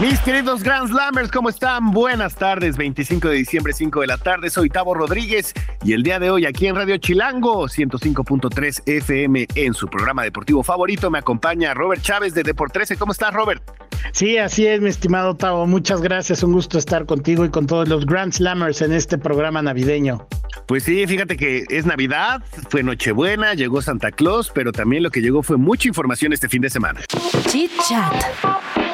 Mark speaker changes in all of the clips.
Speaker 1: Mis queridos Grand Slammers, ¿cómo están? Buenas tardes, 25 de diciembre, 5 de la tarde. Soy Tavo Rodríguez y el día de hoy aquí en Radio Chilango, 105.3 FM, en su programa deportivo favorito, me acompaña Robert Chávez de Deport 13. ¿Cómo estás, Robert?
Speaker 2: Sí, así es, mi estimado Tavo. Muchas gracias. Un gusto estar contigo y con todos los Grand Slammers en este programa navideño.
Speaker 1: Pues sí, fíjate que es Navidad, fue Nochebuena, llegó Santa Claus, pero también lo que llegó fue mucha información este fin de semana.
Speaker 3: Chit Chat.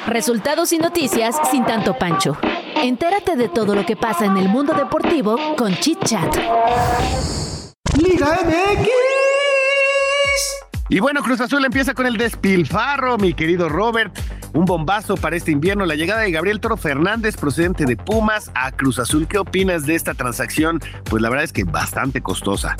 Speaker 3: Resultados y noticias sin tanto pancho. Entérate de todo lo que pasa en el mundo deportivo con Chit Chat.
Speaker 4: Liga MX.
Speaker 1: Y bueno, Cruz Azul empieza con el despilfarro, mi querido Robert. Un bombazo para este invierno, la llegada de Gabriel Toro Fernández procedente de Pumas a Cruz Azul. ¿Qué opinas de esta transacción? Pues la verdad es que bastante costosa.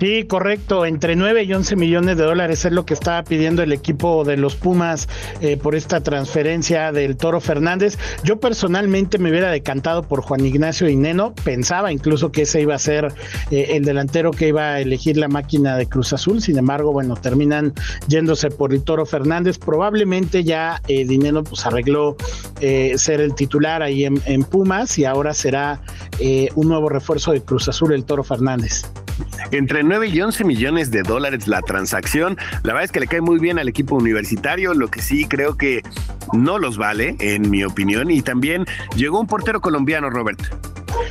Speaker 2: Sí, correcto. Entre 9 y 11 millones de dólares es lo que estaba pidiendo el equipo de los Pumas eh, por esta transferencia del Toro Fernández. Yo personalmente me hubiera decantado por Juan Ignacio Ineno. Pensaba incluso que ese iba a ser eh, el delantero que iba a elegir la máquina de Cruz Azul. Sin embargo, bueno, terminan yéndose por el Toro Fernández. Probablemente ya eh, Dineno pues arregló eh, ser el titular ahí en, en Pumas y ahora será eh, un nuevo refuerzo de Cruz Azul, el Toro Fernández
Speaker 1: entre 9 y 11 millones de dólares la transacción. La verdad es que le cae muy bien al equipo universitario, lo que sí creo que no los vale, en mi opinión. Y también llegó un portero colombiano, Robert.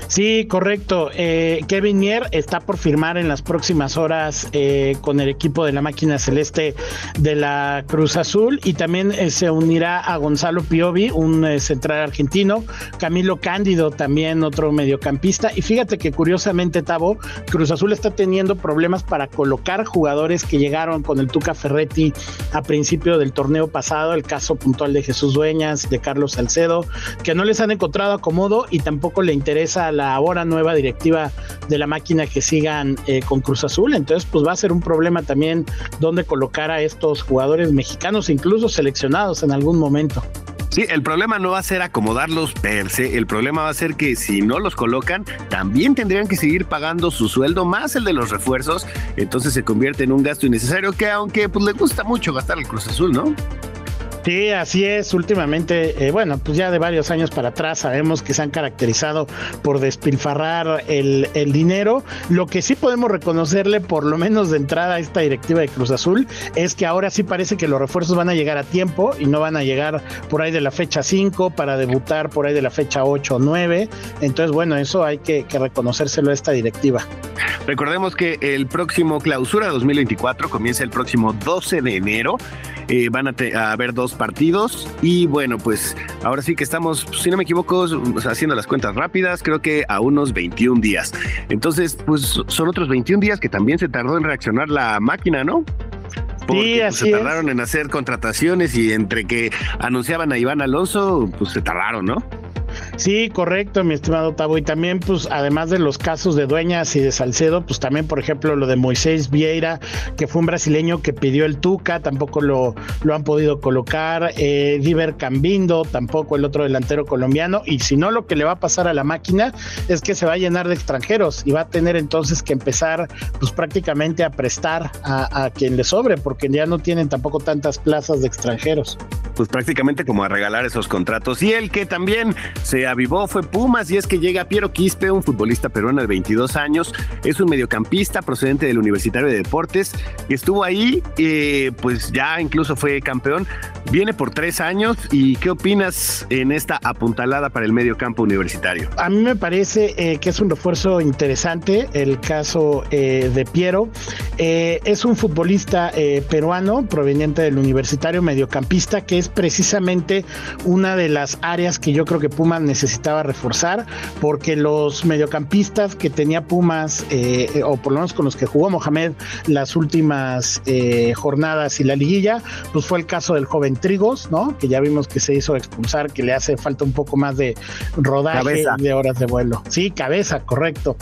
Speaker 2: Sí, correcto. Eh, Kevin Mier está por firmar en las próximas horas eh, con el equipo de la máquina celeste de la Cruz Azul y también eh, se unirá a Gonzalo Piovi, un eh, central argentino, Camilo Cándido también otro mediocampista y fíjate que curiosamente Tavo, Cruz Azul está teniendo problemas para colocar jugadores que llegaron con el Tuca Ferretti a principio del torneo pasado, el caso puntual de Jesús Dueñas, de Carlos Salcedo, que no les han encontrado acomodo y tampoco le interesa la hora nueva directiva de la máquina que sigan eh, con Cruz Azul. Entonces, pues va a ser un problema también dónde colocar a estos jugadores mexicanos, incluso seleccionados en algún momento.
Speaker 1: Sí, el problema no va a ser acomodarlos per se, el problema va a ser que si no los colocan, también tendrían que seguir pagando su sueldo más el de los refuerzos, entonces se convierte en un gasto innecesario que aunque pues le gusta mucho gastar el Cruz Azul, ¿no?
Speaker 2: Sí, así es. Últimamente, eh, bueno, pues ya de varios años para atrás sabemos que se han caracterizado por despilfarrar el, el, dinero. Lo que sí podemos reconocerle, por lo menos de entrada a esta directiva de Cruz Azul, es que ahora sí parece que los refuerzos van a llegar a tiempo y no van a llegar por ahí de la fecha 5 para debutar por ahí de la fecha 8 o 9. Entonces, bueno, eso hay que, que reconocérselo a esta directiva.
Speaker 1: Recordemos que el próximo clausura 2024 comienza el próximo 12 de enero. Eh, van a, te, a, haber dos partidos y bueno, pues ahora sí que estamos, si no me equivoco, haciendo las cuentas rápidas, creo que a unos 21 días. Entonces, pues son otros 21 días que también se tardó en reaccionar la máquina, ¿no? Porque sí, pues, se tardaron es. en hacer contrataciones y entre que anunciaban a Iván Alonso, pues se tardaron, ¿no?
Speaker 2: Sí, correcto, mi estimado Tavo. Y también, pues, además de los casos de Dueñas y de Salcedo, pues también, por ejemplo, lo de Moisés Vieira, que fue un brasileño que pidió el Tuca, tampoco lo, lo han podido colocar. Eh, Diver Cambindo, tampoco el otro delantero colombiano. Y si no, lo que le va a pasar a la máquina es que se va a llenar de extranjeros y va a tener entonces que empezar, pues, prácticamente a prestar a, a quien le sobre, porque ya no tienen tampoco tantas plazas de extranjeros.
Speaker 1: Pues prácticamente como a regalar esos contratos. Y el que también se avivó fue Pumas y es que llega Piero Quispe, un futbolista peruano de 22 años, es un mediocampista procedente del Universitario de Deportes, que estuvo ahí, eh, pues ya incluso fue campeón, viene por tres años y ¿qué opinas en esta apuntalada para el mediocampo universitario?
Speaker 2: A mí me parece eh, que es un refuerzo interesante el caso eh, de Piero, Eh, es un futbolista peruano proveniente del Universitario mediocampista que es es precisamente una de las áreas que yo creo que Pumas necesitaba reforzar, porque los mediocampistas que tenía Pumas, eh, eh, o por lo menos con los que jugó Mohamed las últimas eh, jornadas y la liguilla, pues fue el caso del joven Trigos, ¿no? Que ya vimos que se hizo expulsar, que le hace falta un poco más de rodaje cabeza. y de horas de vuelo. Sí, cabeza, correcto.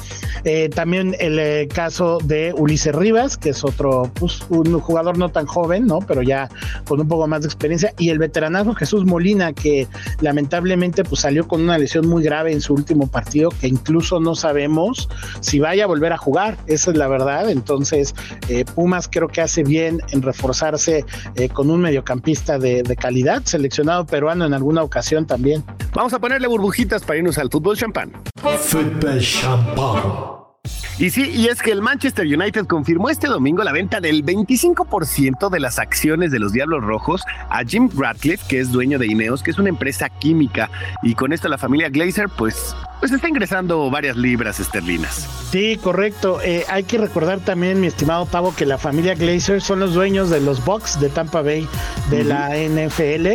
Speaker 2: Eh, también el caso de Ulises Rivas, que es otro, pues, un jugador no tan joven, ¿no? Pero ya con un poco más de experiencia. Y el veteranazo Jesús Molina, que lamentablemente pues salió con una lesión muy grave en su último partido, que incluso no sabemos si vaya a volver a jugar. Esa es la verdad. Entonces, eh, Pumas creo que hace bien en reforzarse eh, con un mediocampista de, de, calidad, seleccionado peruano en alguna ocasión también.
Speaker 1: Vamos a ponerle burbujitas para irnos al fútbol champán.
Speaker 4: Fútbol champán.
Speaker 1: Y sí, y es que el Manchester United confirmó este domingo la venta del 25% de las acciones de los Diablos Rojos a Jim Ratcliffe, que es dueño de Ineos, que es una empresa química. Y con esto la familia Glazer, pues pues está ingresando varias libras esterlinas.
Speaker 2: Sí, correcto. Eh, hay que recordar también, mi estimado Pavo, que la familia Glazer son los dueños de los Bucks de Tampa Bay de uh -huh. la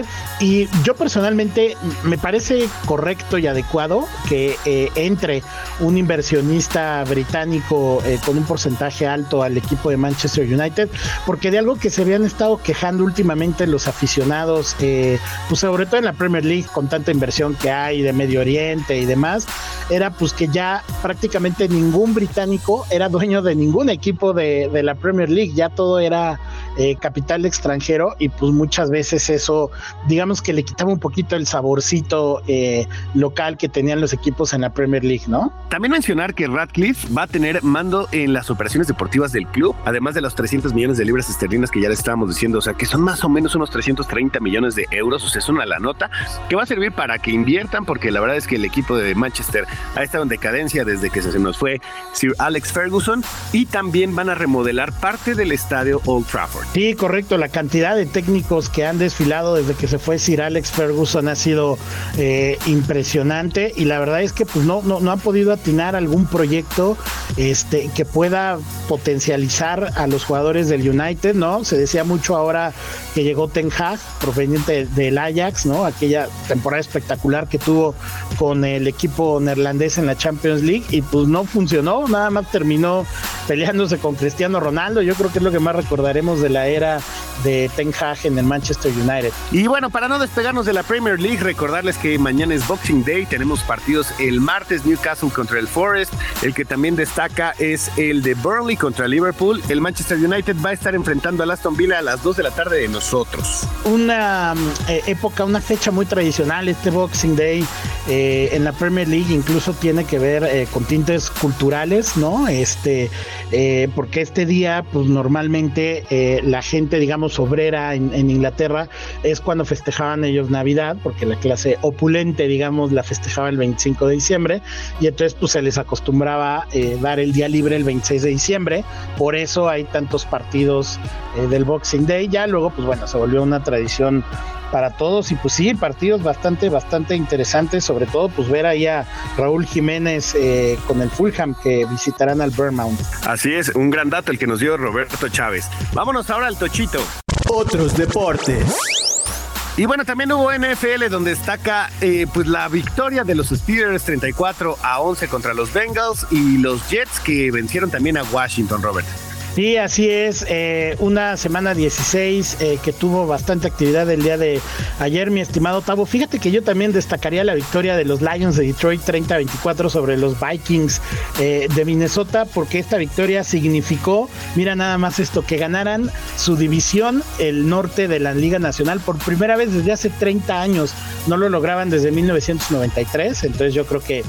Speaker 2: NFL. Y yo personalmente me parece correcto y adecuado que eh, entre un inversionista británico eh, con un porcentaje alto al equipo de Manchester United, porque de algo que se habían estado quejando últimamente los aficionados, pues sobre todo en la Premier League, con tanta inversión que hay de Medio Oriente y demás, era pues que ya prácticamente ningún británico era dueño de ningún equipo de, de la Premier League, ya todo era eh, capital extranjero y pues muchas veces eso digamos que le quitaba un poquito el saborcito eh, local que tenían los equipos en la Premier League, ¿no?
Speaker 1: También mencionar que Radcliffe va a tener mando en las operaciones deportivas del club, además de los 300 millones de libras esterlinas que ya les estábamos diciendo, o sea que son más o menos unos 330 millones de euros, o sea es una la nota que va a servir para que inviertan porque la verdad es que el equipo de Manchester Manchester. Ha estado en decadencia desde que se nos fue Sir Alex Ferguson y también van a remodelar parte del estadio Old Trafford.
Speaker 2: Sí, correcto. La cantidad de técnicos que han desfilado desde que se fue Sir Alex Ferguson ha sido eh, impresionante y la verdad es que pues no, no, no han podido atinar algún proyecto este, que pueda potencializar a los jugadores del United, ¿no? Se decía mucho ahora que llegó Ten Hag, proveniente del Ajax, ¿no? Aquella temporada espectacular que tuvo con el equipo neerlandés en la Champions League y pues no funcionó, nada más terminó peleándose con Cristiano Ronaldo, yo creo que es lo que más recordaremos de la era de Ten Hag en el Manchester United.
Speaker 1: Y bueno, para no despegarnos de la Premier League, recordarles que mañana es Boxing Day, tenemos partidos el martes Newcastle contra el Forest, el que también destaca es el de Burnley contra Liverpool, el Manchester United va a estar enfrentando a Aston Villa a las 2 de la tarde de nosotros.
Speaker 2: Una eh, época, una fecha muy tradicional este Boxing Day eh, en la Premier League incluso tiene que ver eh, con tintes culturales, ¿no? Este, eh, porque este día, pues normalmente eh, la gente, digamos, obrera en, en, Inglaterra es cuando festejaban ellos Navidad, porque la clase opulente, digamos, la festejaba el 25 de diciembre, y entonces, pues se les acostumbraba eh, dar el día libre el 26 de diciembre, por eso hay tantos partidos eh, del Boxing Day, ya luego, pues bueno, se volvió una tradición para todos y pues sí, partidos bastante, bastante interesantes, sobre todo pues ver ahí a Raúl Jiménez eh, con el Fulham que visitarán al Vermount.
Speaker 1: Así es, un gran dato el que nos dio Roberto Chávez. Vámonos ahora al Tochito.
Speaker 4: Otros deportes.
Speaker 1: Y bueno, también hubo NFL donde destaca eh, pues la victoria de los Steelers 34 a 11 contra los Bengals y los Jets que vencieron también a Washington, Robert.
Speaker 2: Sí, así es. Eh, una semana 16 eh, que tuvo bastante actividad el día de ayer, mi estimado Tavo. Fíjate que yo también destacaría la victoria de los Lions de Detroit 30-24 sobre los Vikings eh, de Minnesota, porque esta victoria significó, mira nada más esto, que ganaran su división, el norte de la Liga Nacional, por primera vez desde hace 30 años. No lo lograban desde 1993, entonces yo creo que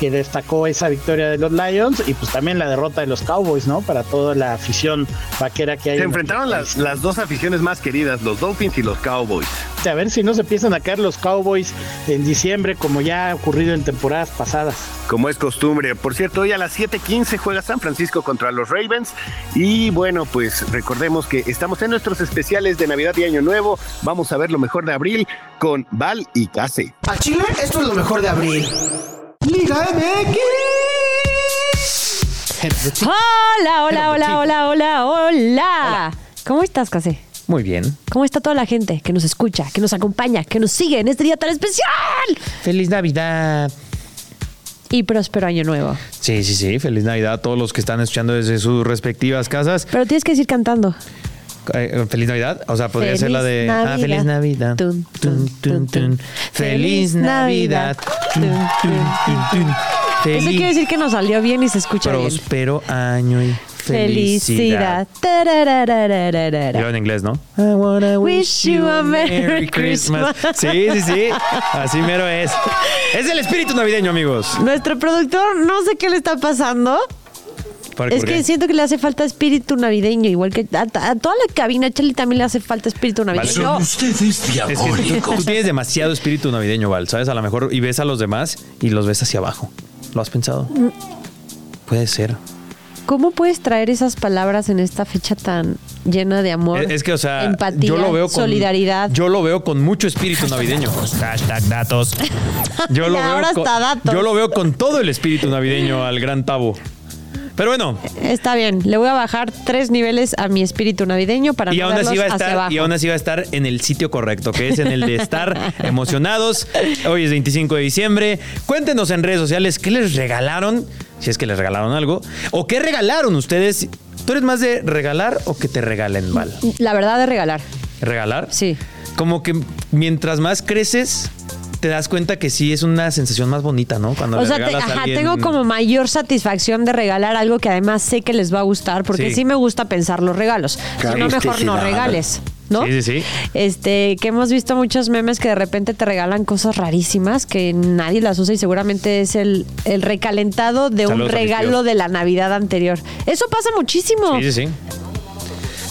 Speaker 2: que destacó esa victoria de los Lions y pues también la derrota de los Cowboys, ¿no? Para toda la afición vaquera que hay.
Speaker 1: Se enfrentaron en las, las dos aficiones más queridas, los Dolphins y los Cowboys.
Speaker 2: A ver si no se empiezan a caer los Cowboys en diciembre, como ya ha ocurrido en temporadas pasadas.
Speaker 1: Como es costumbre. Por cierto, hoy a las 7:15 juega San Francisco contra los Ravens. Y bueno, pues recordemos que estamos en nuestros especiales de Navidad y Año Nuevo. Vamos a ver lo mejor de abril con Val y Case.
Speaker 4: A Chile, esto es lo mejor de abril. Liga
Speaker 5: MX. Hola, hola, hola, hola, hola, hola. ¿Cómo estás, Case? Muy bien.
Speaker 6: ¿Cómo está toda la gente que nos escucha, que nos acompaña, que nos sigue en este día tan especial?
Speaker 5: Feliz Navidad.
Speaker 6: Y próspero año nuevo.
Speaker 5: Sí, sí, sí. Feliz Navidad a todos los que están escuchando desde sus respectivas casas.
Speaker 6: Pero tienes que decir cantando.
Speaker 5: Eh, feliz Navidad. O sea, podría
Speaker 6: Feliz
Speaker 5: ser la de. Ah,
Speaker 6: Navidad.
Speaker 5: feliz Navidad.
Speaker 6: Tun, tun, tun, tun.
Speaker 5: Feliz
Speaker 6: Feliz
Speaker 5: Navidad. Tun,
Speaker 6: Navidad.
Speaker 5: tun, tun, tun.
Speaker 6: Eso quiere
Speaker 5: Feliz
Speaker 6: decir que nos salió bien y se escucha bien.
Speaker 5: próspero año y felicidad.
Speaker 6: Felicidad. Tarararararara.
Speaker 5: Yo en inglés, ¿no?
Speaker 6: Wish you a Merry Christmas.
Speaker 5: Sí, sí, sí. Así mero es. Es el espíritu navideño, amigos.
Speaker 6: Nuestro productor, no sé qué le está pasando.
Speaker 5: ¿Por-
Speaker 6: Es
Speaker 5: por
Speaker 6: que
Speaker 5: qué?
Speaker 6: siento que le hace falta espíritu navideño, igual que a, a toda la cabina, a Charlie también le hace falta espíritu navideño.
Speaker 7: ustedes
Speaker 5: Es que tú, tú tienes demasiado espíritu navideño, Val, ¿sabes? A lo mejor y ves a los demás y los ves hacia abajo. ¿Lo has pensado? Puede ser.
Speaker 6: ¿Cómo puedes traer esas palabras en esta fecha tan llena de amor?
Speaker 5: Es, es que, o sea,
Speaker 6: empatía,
Speaker 5: yo lo veo con
Speaker 6: solidaridad.
Speaker 5: Yo lo veo con mucho espíritu navideño. Hashtag datos. Yo lo,
Speaker 6: Ya,
Speaker 5: veo
Speaker 6: ahora
Speaker 5: con,
Speaker 6: hasta datos.
Speaker 5: yo lo veo con todo el espíritu navideño al gran tabo. Pero bueno,
Speaker 6: Está bien, le voy a bajar tres niveles a mi espíritu navideño para
Speaker 5: y
Speaker 6: no
Speaker 5: aún,
Speaker 6: verlos
Speaker 5: así va a
Speaker 6: hacia
Speaker 5: estar,
Speaker 6: abajo.
Speaker 5: y aún así va a estar en el sitio correcto, que es en el de estar emocionados. Hoy es 25 de diciembre. Cuéntenos en redes sociales qué les regalaron, si es que les regalaron algo, o qué regalaron ustedes. ¿Tú eres más de regalar o que te regalen mal?
Speaker 6: La verdad de regalar.
Speaker 5: ¿Regalar?
Speaker 6: Sí.
Speaker 5: Como que mientras más creces, te das cuenta que sí es una sensación más bonita, ¿no? Cuando
Speaker 6: o
Speaker 5: le
Speaker 6: sea, te-
Speaker 5: regalas a
Speaker 6: ajá,
Speaker 5: alguien-
Speaker 6: tengo como mayor satisfacción de regalar algo que además sé que les va a gustar, porque
Speaker 5: Sí.
Speaker 6: sí, me gusta pensar los regalos. Si no, mejor no
Speaker 1: Caristicidad.
Speaker 6: regales. ¿No?
Speaker 5: Sí, sí, sí.
Speaker 6: Este, que hemos visto muchos memes que de repente te regalan cosas rarísimas que nadie las usa y seguramente es el, el recalentado de un
Speaker 5: Saludos a mis
Speaker 6: regalo
Speaker 5: tíos.
Speaker 6: de la Navidad anterior. Eso pasa muchísimo.
Speaker 5: Sí, sí, sí.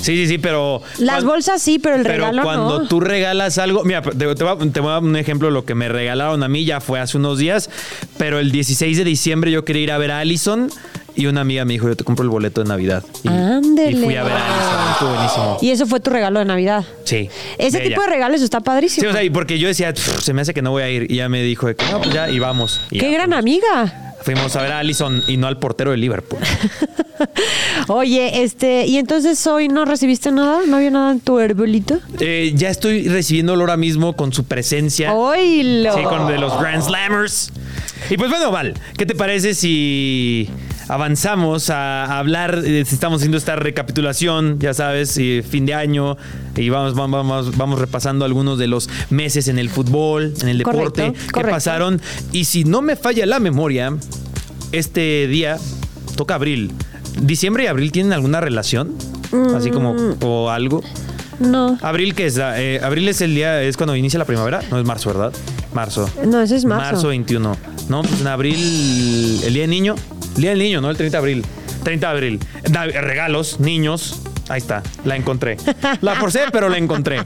Speaker 5: Sí, sí, sí, pero...
Speaker 6: Las
Speaker 5: cuan-
Speaker 6: bolsas sí, pero el regalo
Speaker 5: cuando
Speaker 6: no.
Speaker 5: tú regalas algo... Mira, te, te voy a- te voy a dar un ejemplo de lo que me regalaron a mí, ya fue hace unos días, pero el 16 de diciembre yo quería ir a ver a Allison y una amiga me dijo, yo te compro el boleto de Navidad. Y,
Speaker 6: Ándele.
Speaker 5: y fui a ver a Allison, estuvo buenísimo.
Speaker 6: Y eso fue tu regalo de Navidad.
Speaker 5: Sí.
Speaker 6: Ese
Speaker 5: de ella.
Speaker 6: tipo de regalos está
Speaker 5: Sí,
Speaker 6: padrísimo.
Speaker 5: o sea, y porque yo decía, "Pff, se me hace que no voy a ir. Y ella me dijo, de que, no, pues ya, y vamos. Y
Speaker 6: Qué
Speaker 5: ya, pues.
Speaker 6: gran
Speaker 5: fuimos.
Speaker 6: amiga.
Speaker 5: Fuimos a ver a Allison y no al portero de Liverpool.
Speaker 6: Oye, este, y entonces hoy no recibiste nada, no había nada en tu herbolito.
Speaker 5: Eh, ya estoy recibiéndolo ahora mismo con su presencia.
Speaker 6: Oh, Hoy lo.
Speaker 5: Sí, con de los Grand Slammers. Y pues bueno, Val, ¿qué te parece si avanzamos a hablar? eh, si Estamos haciendo esta recapitulación, ya sabes, y fin de año, y vamos, vamos, vamos, vamos repasando algunos de los meses en el fútbol, en el deporte,
Speaker 6: Correcto,
Speaker 5: que
Speaker 6: correcto.
Speaker 5: pasaron. Y si no me falla la memoria, este día toca abril. ¿Diciembre y abril tienen alguna relación? Así como,
Speaker 6: Mm.
Speaker 5: o algo.
Speaker 6: No,
Speaker 5: Abril que es la- eh, abril es el día es cuando inicia la primavera, no es marzo, ¿verdad? Marzo.
Speaker 6: No, ese es marzo.
Speaker 5: Marzo 21. No, pues en abril el día del niño, el día del niño, no el 30 de abril. 30 de abril. Da- regalos, niños. Ahí está, la encontré. La forcé, pero la encontré.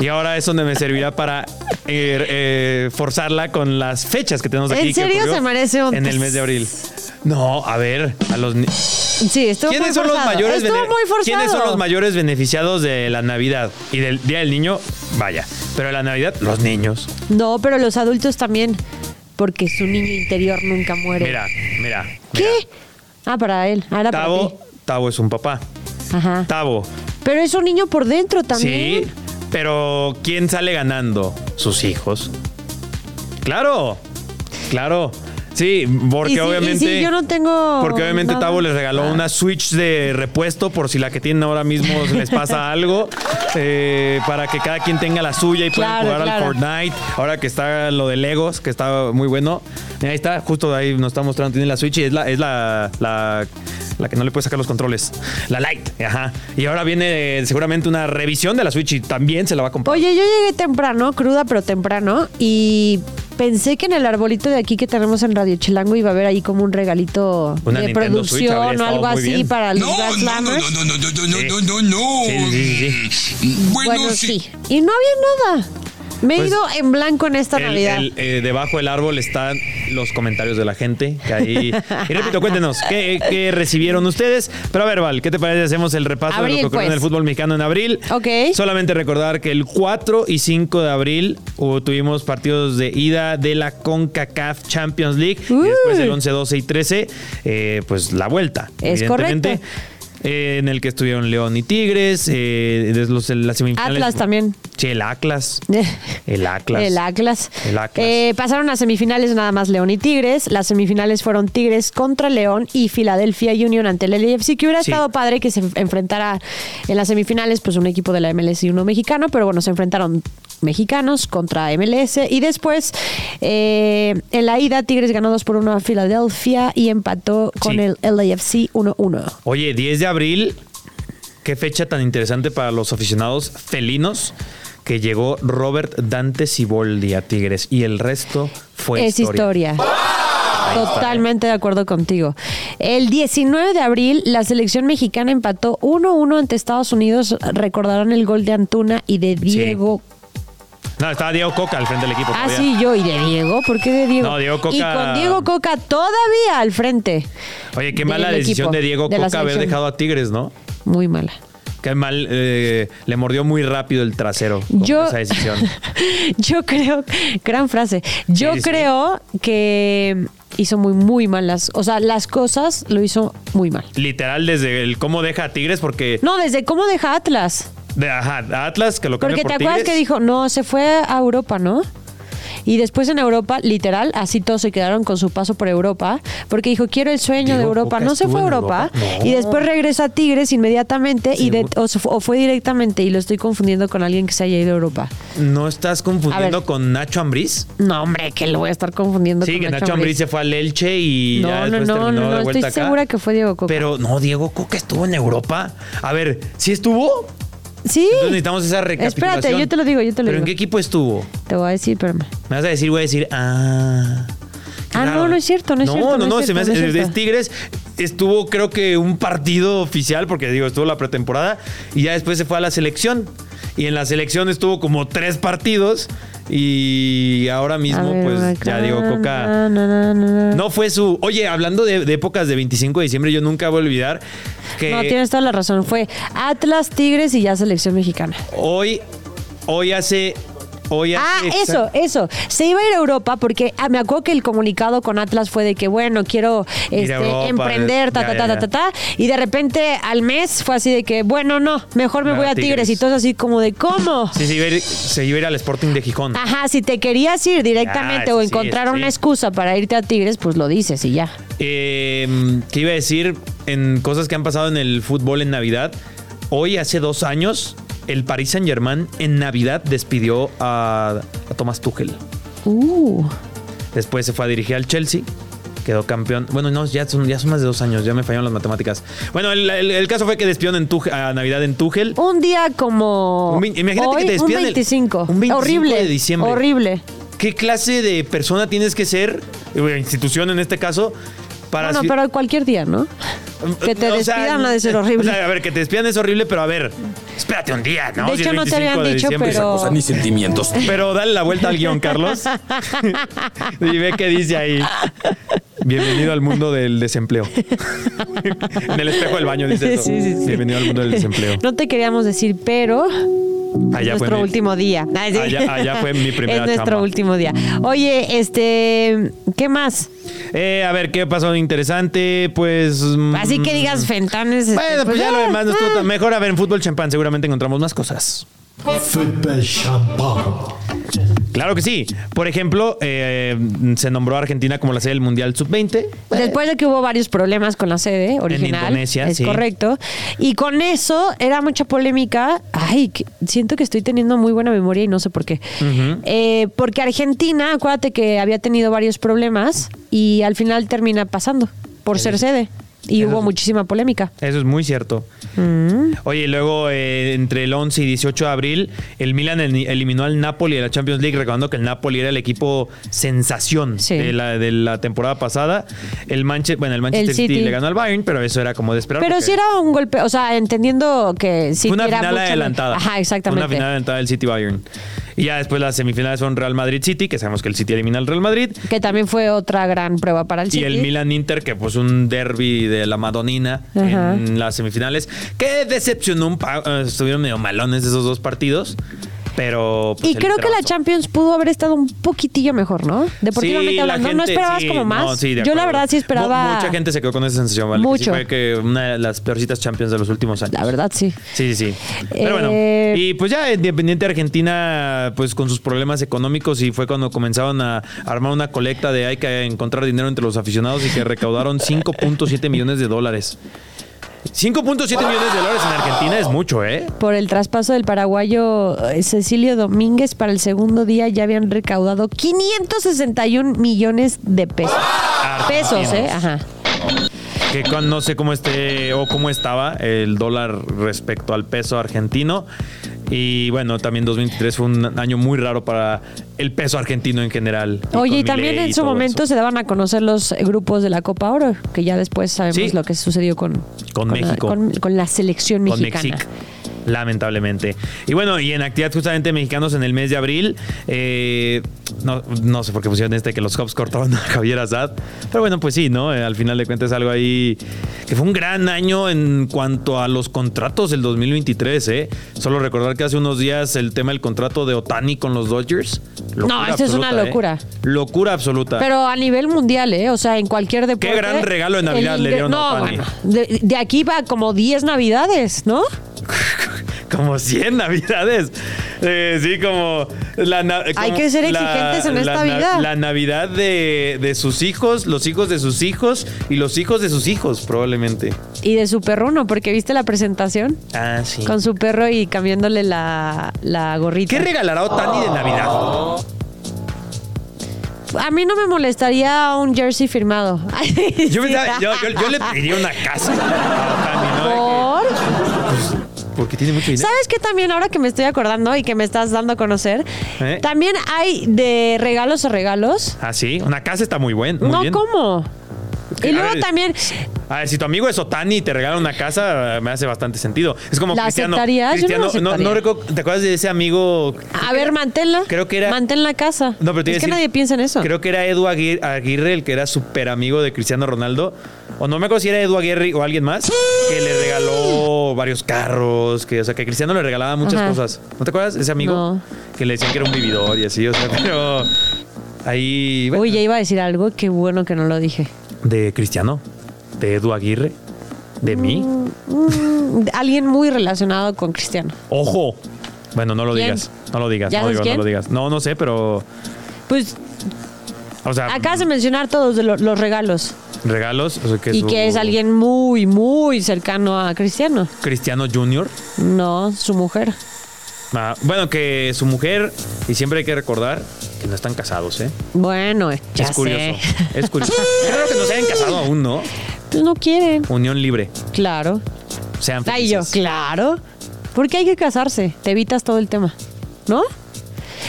Speaker 5: Y ahora es donde me servirá para eh, eh, forzarla con las fechas que tenemos
Speaker 6: ¿En
Speaker 5: aquí. que
Speaker 6: serio
Speaker 5: ocurrió
Speaker 6: se merece un-
Speaker 5: En el mes de abril. No, a ver, a los ni-
Speaker 6: sí, estuvo muy
Speaker 5: ¿Quiénes son,
Speaker 6: forzado.
Speaker 5: los mayores
Speaker 6: Estuvo
Speaker 5: bene-
Speaker 6: muy forzado.
Speaker 5: ¿Quiénes son los mayores beneficiados de la Navidad? Y del Día del Niño, vaya. Pero de la Navidad, los niños.
Speaker 6: No, pero los adultos también, porque su niño interior nunca muere.
Speaker 5: Mira, mira.
Speaker 6: ¿Qué?
Speaker 5: mira.
Speaker 6: Ah, para él. Ah, era para
Speaker 5: Tavo, Tavo es un papá.
Speaker 6: ti. Ajá.
Speaker 5: Tavo,
Speaker 6: Pero es un niño por dentro también.
Speaker 5: sí. Pero ¿quién sale ganando? Sus hijos. Claro, claro. Sí, porque
Speaker 6: Y si- y
Speaker 5: obviamente.
Speaker 6: si yo no tengo
Speaker 5: Porque obviamente
Speaker 6: nada.
Speaker 5: Tavo les regaló
Speaker 6: Ah.
Speaker 5: una Switch de repuesto por si la que tienen ahora mismo se les pasa algo. eh, para que cada quien tenga la suya y puedan
Speaker 6: Claro,
Speaker 5: jugar
Speaker 6: claro.
Speaker 5: al Fortnite. Ahora que está lo de Legos, que está muy bueno. Mira, ahí está, justo ahí nos está mostrando, tiene la Switch y es la, es la, la, la que no le puede sacar los controles. La Lite, ajá. Y ahora viene eh, seguramente una revisión de la Switch y también se la va a comprar.
Speaker 6: Oye, yo llegué temprano, cruda pero temprano, y pensé que en el arbolito de aquí que tenemos en Radio Chilango iba a haber ahí como un regalito
Speaker 5: Una
Speaker 6: de
Speaker 5: Nintendo Switch
Speaker 6: producción
Speaker 5: habría
Speaker 6: o
Speaker 5: estado
Speaker 6: algo
Speaker 5: muy
Speaker 6: así
Speaker 5: bien.
Speaker 6: para los
Speaker 7: No,
Speaker 6: Grand
Speaker 7: no, no,
Speaker 6: Slammers.
Speaker 7: no, no, no, no, no, no, no.
Speaker 5: Sí, sí, sí,
Speaker 7: Bueno,
Speaker 6: Bueno,
Speaker 7: sí.
Speaker 6: sí. Y no había nada. Me he
Speaker 5: Pues,
Speaker 6: ido en blanco en esta
Speaker 5: El-
Speaker 6: Navidad.
Speaker 5: el, eh, debajo del árbol están los comentarios de la gente. Que ahí... Y repito, cuéntenos, ¿qué, qué recibieron ustedes? Pero a ver, Val, ¿qué te parece? Hacemos el repaso de lo
Speaker 6: Abril,
Speaker 5: que ocurrió en
Speaker 6: pues.
Speaker 5: el fútbol mexicano en abril.
Speaker 6: Ok.
Speaker 5: Solamente recordar que el 4 y 5 de abril hubo- tuvimos partidos de ida de la CONCACAF Champions League. Y después
Speaker 6: Uy.
Speaker 5: del 11, 12 y 13, eh, pues la vuelta.
Speaker 6: Es
Speaker 5: evidentemente.
Speaker 6: correcto.
Speaker 5: eh, en el que estuvieron León y Tigres, eh, des- los- las semifinales.
Speaker 6: Atlas también.
Speaker 5: Sí, el Atlas. El Atlas.
Speaker 6: El Atlas.
Speaker 5: El Atlas.
Speaker 6: Eh, pasaron a semifinales nada más León y Tigres. Las semifinales fueron Tigres contra León y Philadelphia Union ante el LFC, que hubiera
Speaker 5: Sí.
Speaker 6: estado padre que se enfrentara en las semifinales pues un equipo de la MLS y uno mexicano, pero bueno, se enfrentaron mexicanos contra MLS y después eh, en la ida Tigres ganó 2 por 1 a Filadelfia y empató con
Speaker 5: Sí.
Speaker 6: el LAFC 1-1.
Speaker 5: Oye, 10 de abril, qué fecha tan interesante para los aficionados felinos que llegó Robert Dante Siboldi a Tigres y el resto fue
Speaker 6: es historia. Totalmente de acuerdo contigo. El 19 de abril, la selección mexicana empató 1-1 ante Estados Unidos. Recordarán el gol de Antuna y de Diego.
Speaker 5: No, estaba Diego Coca al frente del equipo.
Speaker 6: Ah,
Speaker 5: todavía.
Speaker 6: sí, yo. ¿Y de Diego? ¿Por qué de Diego?
Speaker 5: No, Diego Coca-
Speaker 6: Y con Diego Coca todavía al frente.
Speaker 5: Oye, qué
Speaker 6: del
Speaker 5: mala decisión
Speaker 6: equipo,
Speaker 5: de Diego
Speaker 6: de la
Speaker 5: Coca haber
Speaker 6: selección.
Speaker 5: dejado a Tigres, ¿no?
Speaker 6: Muy mala.
Speaker 5: Qué mal, eh, le mordió muy rápido el trasero con
Speaker 6: Yo,
Speaker 5: esa decisión.
Speaker 6: yo creo, gran frase. Yo
Speaker 5: Sí, sí.
Speaker 6: creo que hizo muy, muy malas. O sea, las cosas lo hizo muy mal.
Speaker 5: Literal, desde el cómo deja a Tigres, porque.
Speaker 6: No, desde cómo deja Atlas.
Speaker 5: De, ajá, a Atlas, que lo cambia
Speaker 6: Porque
Speaker 5: por
Speaker 6: te acuerdas
Speaker 5: Tigres.
Speaker 6: que dijo, no, se fue a Europa, ¿no? Y después en Europa, literal, así todos se quedaron con su paso por Europa, porque dijo, quiero el sueño de
Speaker 5: Diego
Speaker 6: Europa.
Speaker 5: Coca
Speaker 6: No se
Speaker 5: estuvo
Speaker 6: fue a
Speaker 5: en
Speaker 6: Europa.
Speaker 5: Europa. No.
Speaker 6: Y después regresa a Tigres inmediatamente y de-
Speaker 5: Seguro.
Speaker 6: o, se fu- o fue directamente, y lo estoy confundiendo con alguien que se haya ido a Europa.
Speaker 5: ¿No estás
Speaker 6: A
Speaker 5: confundiendo
Speaker 6: ver.
Speaker 5: con Nacho Ambriz?
Speaker 6: No, hombre, que lo voy a estar confundiendo
Speaker 5: Sí,
Speaker 6: con
Speaker 5: que Nacho Ambriz se fue al Elche y
Speaker 6: No,
Speaker 5: ya
Speaker 6: no,
Speaker 5: después
Speaker 6: no,
Speaker 5: terminó
Speaker 6: no, no,
Speaker 5: de vuelta
Speaker 6: estoy
Speaker 5: acá.
Speaker 6: segura que fue Diego Coca.
Speaker 5: Pero no, Diego Coca estuvo en Europa. A ver, ¿sí estuvo?
Speaker 6: Sí.
Speaker 5: Entonces necesitamos esa recapitulación.
Speaker 6: Espérate, yo te lo digo, yo te lo
Speaker 5: ¿Pero
Speaker 6: digo.
Speaker 5: en qué equipo estuvo?
Speaker 6: Te voy a decir, espérame.
Speaker 5: Me vas a decir, voy a decir, ah. qué
Speaker 6: Ah,
Speaker 5: raro.
Speaker 6: no, no es cierto, no es cierto,
Speaker 5: No,
Speaker 6: no
Speaker 5: no,
Speaker 6: es
Speaker 5: se me
Speaker 6: cierto,
Speaker 5: hace.
Speaker 6: no es
Speaker 5: de
Speaker 6: cierto.
Speaker 5: Tigres estuvo, creo que un partido oficial, porque digo, estuvo la pretemporada, y ya después se fue a la selección. Y en la selección estuvo como tres partidos, y ahora
Speaker 6: A
Speaker 5: mismo,
Speaker 6: ver,
Speaker 5: pues
Speaker 6: acá.
Speaker 5: ya digo, Coca.
Speaker 6: Na, na, na, na, na.
Speaker 5: No fue su. Oye, hablando de, de épocas de 25 de diciembre, yo nunca voy a olvidar que
Speaker 6: No, tienes toda la razón. Fue Atlas, Tigres y ya selección mexicana.
Speaker 5: hoy, hoy hace. Hoy
Speaker 6: Ah,
Speaker 5: hace
Speaker 6: eso,
Speaker 5: exact-
Speaker 6: eso. Se iba a ir a Europa porque ah, me acuerdo que el comunicado con Atlas fue de que, bueno, quiero
Speaker 5: Ir
Speaker 6: este,
Speaker 5: a Europa,
Speaker 6: emprender, ta,
Speaker 5: ya,
Speaker 6: ta,
Speaker 5: ya,
Speaker 6: ta, ta,
Speaker 5: ya.
Speaker 6: ta, ta. Y de repente al mes fue así de que, bueno, no, mejor me
Speaker 5: Me
Speaker 6: voy
Speaker 5: va
Speaker 6: a
Speaker 5: a
Speaker 6: Tigres.
Speaker 5: Tigres.
Speaker 6: Y todos así como de, ¿cómo?
Speaker 5: Sí, se iba, a ir, se iba a ir al Sporting de Gijón.
Speaker 6: Ajá, si te querías ir directamente
Speaker 5: Ah,
Speaker 6: o
Speaker 5: sí,
Speaker 6: encontrar
Speaker 5: sí.
Speaker 6: una excusa para irte a Tigres, pues lo dices y ya.
Speaker 5: Eh, ¿Qué iba a decir? En cosas que han pasado en el fútbol en Navidad. Hoy, hace dos años, el Paris Saint-Germain en Navidad despidió a, a Thomas Tuchel.
Speaker 6: Uh,
Speaker 5: Después se fue a dirigir al Chelsea. Quedó campeón. Bueno, no, ya son, ya son más de dos años. Ya me fallaron las matemáticas. Bueno, el, el- el caso fue que despidieron en Tuchel- a Navidad en Tuchel.
Speaker 6: un día como.
Speaker 5: Un vein- imagínate que
Speaker 6: hoy,
Speaker 5: te despidan
Speaker 6: un
Speaker 5: el-
Speaker 6: 25.
Speaker 5: un 25
Speaker 6: horrible.
Speaker 5: de diciembre.
Speaker 6: Horrible.
Speaker 5: ¿Qué clase de persona tienes que ser, eh, institución en este caso, para...
Speaker 6: Bueno,
Speaker 5: si- Um,
Speaker 6: pero cualquier día, ¿no? Que te
Speaker 5: O sea,
Speaker 6: despidan ha de ser horrible.
Speaker 5: o sea, a ver, que te despidan es horrible, pero a ver, espérate un día, ¿no?
Speaker 6: De
Speaker 5: Si es
Speaker 6: hecho, no te
Speaker 5: 25
Speaker 6: habían
Speaker 5: de
Speaker 6: dicho,
Speaker 5: diciembre.
Speaker 6: pero-
Speaker 7: Cosa, ni sentimientos.
Speaker 5: Pero dale la vuelta al guión, Carlos. y ve qué dice ahí. Bienvenido al mundo del desempleo. en el espejo del baño dice eso.
Speaker 6: Sí, sí, sí.
Speaker 5: Bienvenido al mundo del desempleo.
Speaker 6: No te queríamos decir, pero
Speaker 5: Allá
Speaker 6: nuestro
Speaker 5: fue mi-
Speaker 6: último día. Ay, sí.
Speaker 5: Allá- allá fue mi primera
Speaker 6: Es nuestro
Speaker 5: chamba.
Speaker 6: último día. Oye, este, ¿qué más?
Speaker 5: Eh, a ver, ¿qué pasó de interesante? Pues... mm,
Speaker 6: Así que digas fentanes. este,
Speaker 5: Bueno, pues ya lo
Speaker 6: ah,
Speaker 5: demás no estuvo
Speaker 6: ah.
Speaker 5: tan mejor. A ver, en fútbol champán seguramente encontramos más cosas.
Speaker 4: Fútbol champán.
Speaker 5: Claro que sí. Por ejemplo, eh, se nombró a Argentina como la sede del Mundial Sub-20.
Speaker 6: Después de que hubo varios problemas con la sede original.
Speaker 5: Pues, Indonesia,
Speaker 6: es
Speaker 5: sí.
Speaker 6: correcto. Y con eso era mucha polémica. Ay, que- siento que estoy teniendo muy buena memoria y no sé por qué. Eh, porque Argentina, acuérdate que había tenido varios problemas y al final termina pasando por ser sede. Y
Speaker 5: eso
Speaker 6: hubo
Speaker 5: es-
Speaker 6: muchísima polémica.
Speaker 5: Eso es muy cierto.
Speaker 6: Mm.
Speaker 5: Oye, y luego eh, entre el 11 y 18 de abril, el Milan el- eliminó al Napoli de la Champions League, recordando que el Napoli era el equipo sensación
Speaker 6: Sí.
Speaker 5: de, la, de la temporada pasada. El Manchester, bueno, el Manchester
Speaker 6: El
Speaker 5: City.
Speaker 6: City.
Speaker 5: le ganó al Bayern, pero eso era como de esperar.
Speaker 6: Pero
Speaker 5: porque
Speaker 6: sí era un golpe, o sea, entendiendo que sí
Speaker 5: fue una
Speaker 6: era
Speaker 5: final
Speaker 6: mucho-
Speaker 5: adelantada.
Speaker 6: Ajá, exactamente.
Speaker 5: Una final adelantada del City Bayern. Y ya después las semifinales son Real Madrid City, que sabemos que el City elimina al Real Madrid.
Speaker 6: Que también fue otra gran prueba para el
Speaker 5: Y
Speaker 6: City.
Speaker 5: el Milan Inter, que pues un derby de la Madonina
Speaker 6: Ajá.
Speaker 5: en las semifinales, que decepcionó un pa- eh, estuvieron medio malones esos dos partidos. Pero. pues,
Speaker 6: Y
Speaker 5: el
Speaker 6: creo que la
Speaker 5: trabajo-
Speaker 6: Champions pudo haber estado un poquitillo mejor, ¿no? Deportivamente
Speaker 5: Sí, la
Speaker 6: hablando, no
Speaker 5: gente-
Speaker 6: esperabas
Speaker 5: sí,
Speaker 6: como más.
Speaker 5: no, sí, de
Speaker 6: Yo la
Speaker 5: acuerdo.
Speaker 6: verdad sí esperaba.
Speaker 5: Mu- mucha gente se quedó con esa sensación, ¿vale? Que sí
Speaker 6: Mucho.
Speaker 5: fue que una de las peorcitas Champions de los últimos años.
Speaker 6: La verdad sí.
Speaker 5: Sí, sí, sí. Pero
Speaker 6: Eh,
Speaker 5: bueno, y pues ya Independiente Argentina, pues con sus problemas económicos y fue cuando comenzaban a armar una colecta de hay que encontrar dinero entre los aficionados y que recaudaron 5.7 millones de dólares. 5.7 millones de dólares en Argentina es mucho, ¿eh?
Speaker 6: Por el traspaso del paraguayo eh, Cecilio Domínguez para el segundo día ya habían recaudado 561 millones de pesos.
Speaker 5: Ah,
Speaker 6: Pesos, ¿eh? Ajá.
Speaker 5: Que con- no sé cómo esté o cómo estaba el dólar respecto al peso argentino. Y bueno, también 2023 fue un año muy raro para el peso argentino en general.
Speaker 6: Oye, y
Speaker 5: con
Speaker 6: también
Speaker 5: Milei
Speaker 6: en
Speaker 5: y
Speaker 6: su
Speaker 5: todo
Speaker 6: momento
Speaker 5: eso.
Speaker 6: se daban a conocer los grupos de la Copa Oro, que ya después sabemos
Speaker 5: Sí.
Speaker 6: lo que sucedió con,
Speaker 5: Con
Speaker 6: la-
Speaker 5: México.
Speaker 6: con, con la selección
Speaker 5: con
Speaker 6: mexicana.
Speaker 5: Mexic, lamentablemente. Y bueno, y en actividad justamente mexicanos en el mes de abril, eh, no, no sé por qué pusieron este que los Cubs cortaron a Javier Azad, pero bueno, pues sí, ¿no? Eh, Al final de cuentas algo ahí que fue un gran año en cuanto a los contratos del 2023, ¿eh? Solo recordar que hace unos días el tema del contrato de Otani con los Dodgers.
Speaker 6: No, esto es una
Speaker 5: absoluta, ¿eh?
Speaker 6: locura.
Speaker 5: Locura absoluta.
Speaker 6: Pero a nivel mundial, ¿eh? O sea, en cualquier deporte.
Speaker 5: gran regalo de Navidad
Speaker 6: el
Speaker 5: le
Speaker 6: ingre-
Speaker 5: dieron a
Speaker 6: No,
Speaker 5: Ohtani.
Speaker 6: bueno, de, de aquí va como 10 Navidades, ¿no?
Speaker 5: como 100 navidades. Eh, sí, como, la na-
Speaker 6: Hay
Speaker 5: como
Speaker 6: que ser exigentes en esta
Speaker 5: na-
Speaker 6: vida.
Speaker 5: La Navidad de, de sus hijos, los hijos de sus hijos y los hijos de sus hijos, probablemente.
Speaker 6: Y de su perro, ¿no? Porque viste la presentación
Speaker 5: Ah, sí.
Speaker 6: con su perro y cambiándole la, la gorrita.
Speaker 5: ¿Qué regalará Otani de Navidad?
Speaker 6: a mí no me molestaría un jersey firmado.
Speaker 5: Yo, pensaba- yo- yo- yo le pediría una casa a Otani, ¿no?
Speaker 6: ¿Por?
Speaker 5: Porque tiene mucho dinero.
Speaker 6: ¿Sabes qué también ahora que me estoy acordando y que me estás dando a conocer?
Speaker 5: ¿Eh?
Speaker 6: También hay de regalos a regalos.
Speaker 5: Ah, sí. Una casa está muy buena.
Speaker 6: no,
Speaker 5: bien.
Speaker 6: ¿cómo?
Speaker 5: A
Speaker 6: Y luego
Speaker 5: ver,
Speaker 6: también
Speaker 5: A ver, si tu amigo es Otani y te regala una casa, me hace bastante sentido. Es como
Speaker 6: ¿La
Speaker 5: Cristiano.
Speaker 6: aceptarías? Yo no la
Speaker 5: Cristiano, no, no
Speaker 6: aceptaría.
Speaker 5: recuerdo- ¿Te acuerdas de ese amigo
Speaker 6: A ver, manténla.
Speaker 5: creo que era-
Speaker 6: Mantén la casa.
Speaker 5: No, pero te iba
Speaker 6: es que
Speaker 5: a decir-
Speaker 6: nadie piensa en eso.
Speaker 5: Creo que era Edu Aguirre, Aguirre, el que era súper amigo de Cristiano Ronaldo. O no me acuerdo si era Edu Aguirre o alguien más. Que le regaló varios carros. Que, o sea, que Cristiano le regalaba muchas
Speaker 6: Ajá.
Speaker 5: cosas. ¿No te acuerdas? Ese amigo
Speaker 6: No.
Speaker 5: que le decían que era un vividor y así. O sea, pero ahí. bueno,
Speaker 6: Uy, ya iba a decir algo. Qué bueno que no lo dije.
Speaker 5: De Cristiano. De Edu Aguirre. De mí.
Speaker 6: Mm, alguien muy relacionado con Cristiano.
Speaker 5: Ojo. Bueno, no lo
Speaker 6: ¿Quién?
Speaker 5: digas. No lo digas.
Speaker 6: ¿Ya
Speaker 5: No,
Speaker 6: sabes
Speaker 5: digo, no
Speaker 6: quién?
Speaker 5: lo digas. No, no sé, pero.
Speaker 6: Pues
Speaker 5: O sea,
Speaker 6: acabas de mencionar todos de lo- los regalos.
Speaker 5: regalos. o sea, que
Speaker 6: y
Speaker 5: su-
Speaker 6: que es alguien muy, muy cercano a Cristiano.
Speaker 5: Cristiano Junior.
Speaker 6: No, su mujer.
Speaker 5: Ah, bueno, que su mujer, y siempre hay que recordar que no están casados, ¿eh?
Speaker 6: Bueno, eh, ya
Speaker 5: es curioso.
Speaker 6: sé.
Speaker 5: Es curioso. Claro que no se hayan casado aún, ¿no?
Speaker 6: Pues no quieren.
Speaker 5: Unión libre.
Speaker 6: Claro.
Speaker 5: Sean
Speaker 6: Ay, yo,
Speaker 5: felices.
Speaker 6: claro. Porque hay que casarse, te evitas todo el tema, ¿no?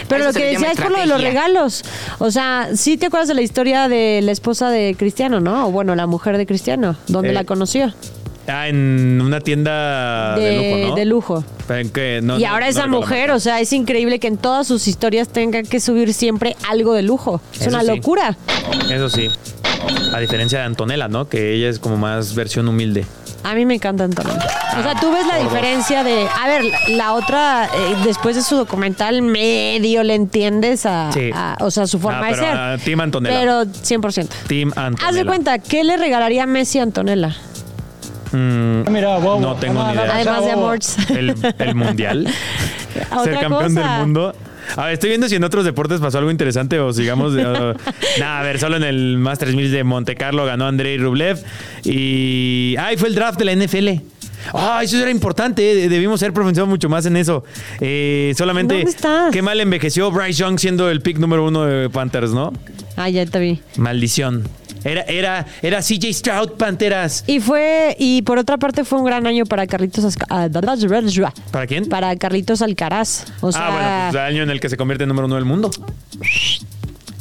Speaker 6: Pero
Speaker 8: Eso
Speaker 6: lo
Speaker 8: se
Speaker 6: que
Speaker 8: le
Speaker 6: decía
Speaker 8: llama
Speaker 6: es por lo de los
Speaker 8: estrategia.
Speaker 6: regalos. O sea, sí te acuerdas de la historia de la esposa de Cristiano, ¿no? O bueno, la mujer de Cristiano, donde
Speaker 5: Eh,
Speaker 6: la conoció.
Speaker 5: Ah, en una tienda ah, de, lujo, ¿no?
Speaker 6: de lujo.
Speaker 5: Pero en que no-
Speaker 6: y
Speaker 5: no-
Speaker 6: ahora
Speaker 5: no
Speaker 6: esa
Speaker 5: recuerdo la
Speaker 6: mujer,
Speaker 5: marca.
Speaker 6: o sea, es increíble que en todas sus historias tenga que subir siempre algo de lujo. Es
Speaker 5: Eso
Speaker 6: una
Speaker 5: sí.
Speaker 6: locura.
Speaker 5: Eso sí. A diferencia de Antonella, ¿no? Que ella es como más versión humilde.
Speaker 6: A mí me encanta Antonella. O sea, tú
Speaker 5: Ah,
Speaker 6: ves la diferencia de. A ver, la, la otra, eh, después de su documental, medio le entiendes a.
Speaker 5: Sí.
Speaker 6: a- o sea, su forma
Speaker 5: Ah,
Speaker 6: de
Speaker 5: pero
Speaker 6: ser.
Speaker 5: a Team Antonella.
Speaker 6: Pero 100%.
Speaker 5: Team Antonella.
Speaker 6: Haz de cuenta, ¿qué le regalaría Messi a Antonella?
Speaker 5: Mm,
Speaker 2: Mira, bobo.
Speaker 5: No tengo ni idea.
Speaker 6: Además de
Speaker 2: Bravo.
Speaker 6: Amors.
Speaker 5: el, el mundial. oh, eh, ser
Speaker 6: Otra
Speaker 5: campeón
Speaker 6: cosa.
Speaker 5: del mundo. A ver, estoy viendo si en otros deportes pasó algo interesante o sigamos. uh, Nada, a ver, solo en el Masters 1000 de Monte Carlo ganó Andrei Rublev. Y. ¡Ay! Fue el draft de la NFL. ¡Ah! eso era importante. eh, Debimos ser profesionales mucho más en eso. Eh, solamente.
Speaker 6: ¿Dónde estás?
Speaker 5: Qué mal envejeció Bryce Young siendo el pick número uno de Panthers, ¿no?
Speaker 6: Ah, ya te vi.
Speaker 5: Maldición. Era, era, era CJ Stroud, Panteras.
Speaker 6: Y fue, y por otra parte fue un gran año para Carlitos Azca- ah, da- da- da- da-
Speaker 5: ¿Para quién?
Speaker 6: Para Carlitos Alcaraz. O sea,
Speaker 5: ah, bueno, pues año en el que se convierte en número uno del mundo.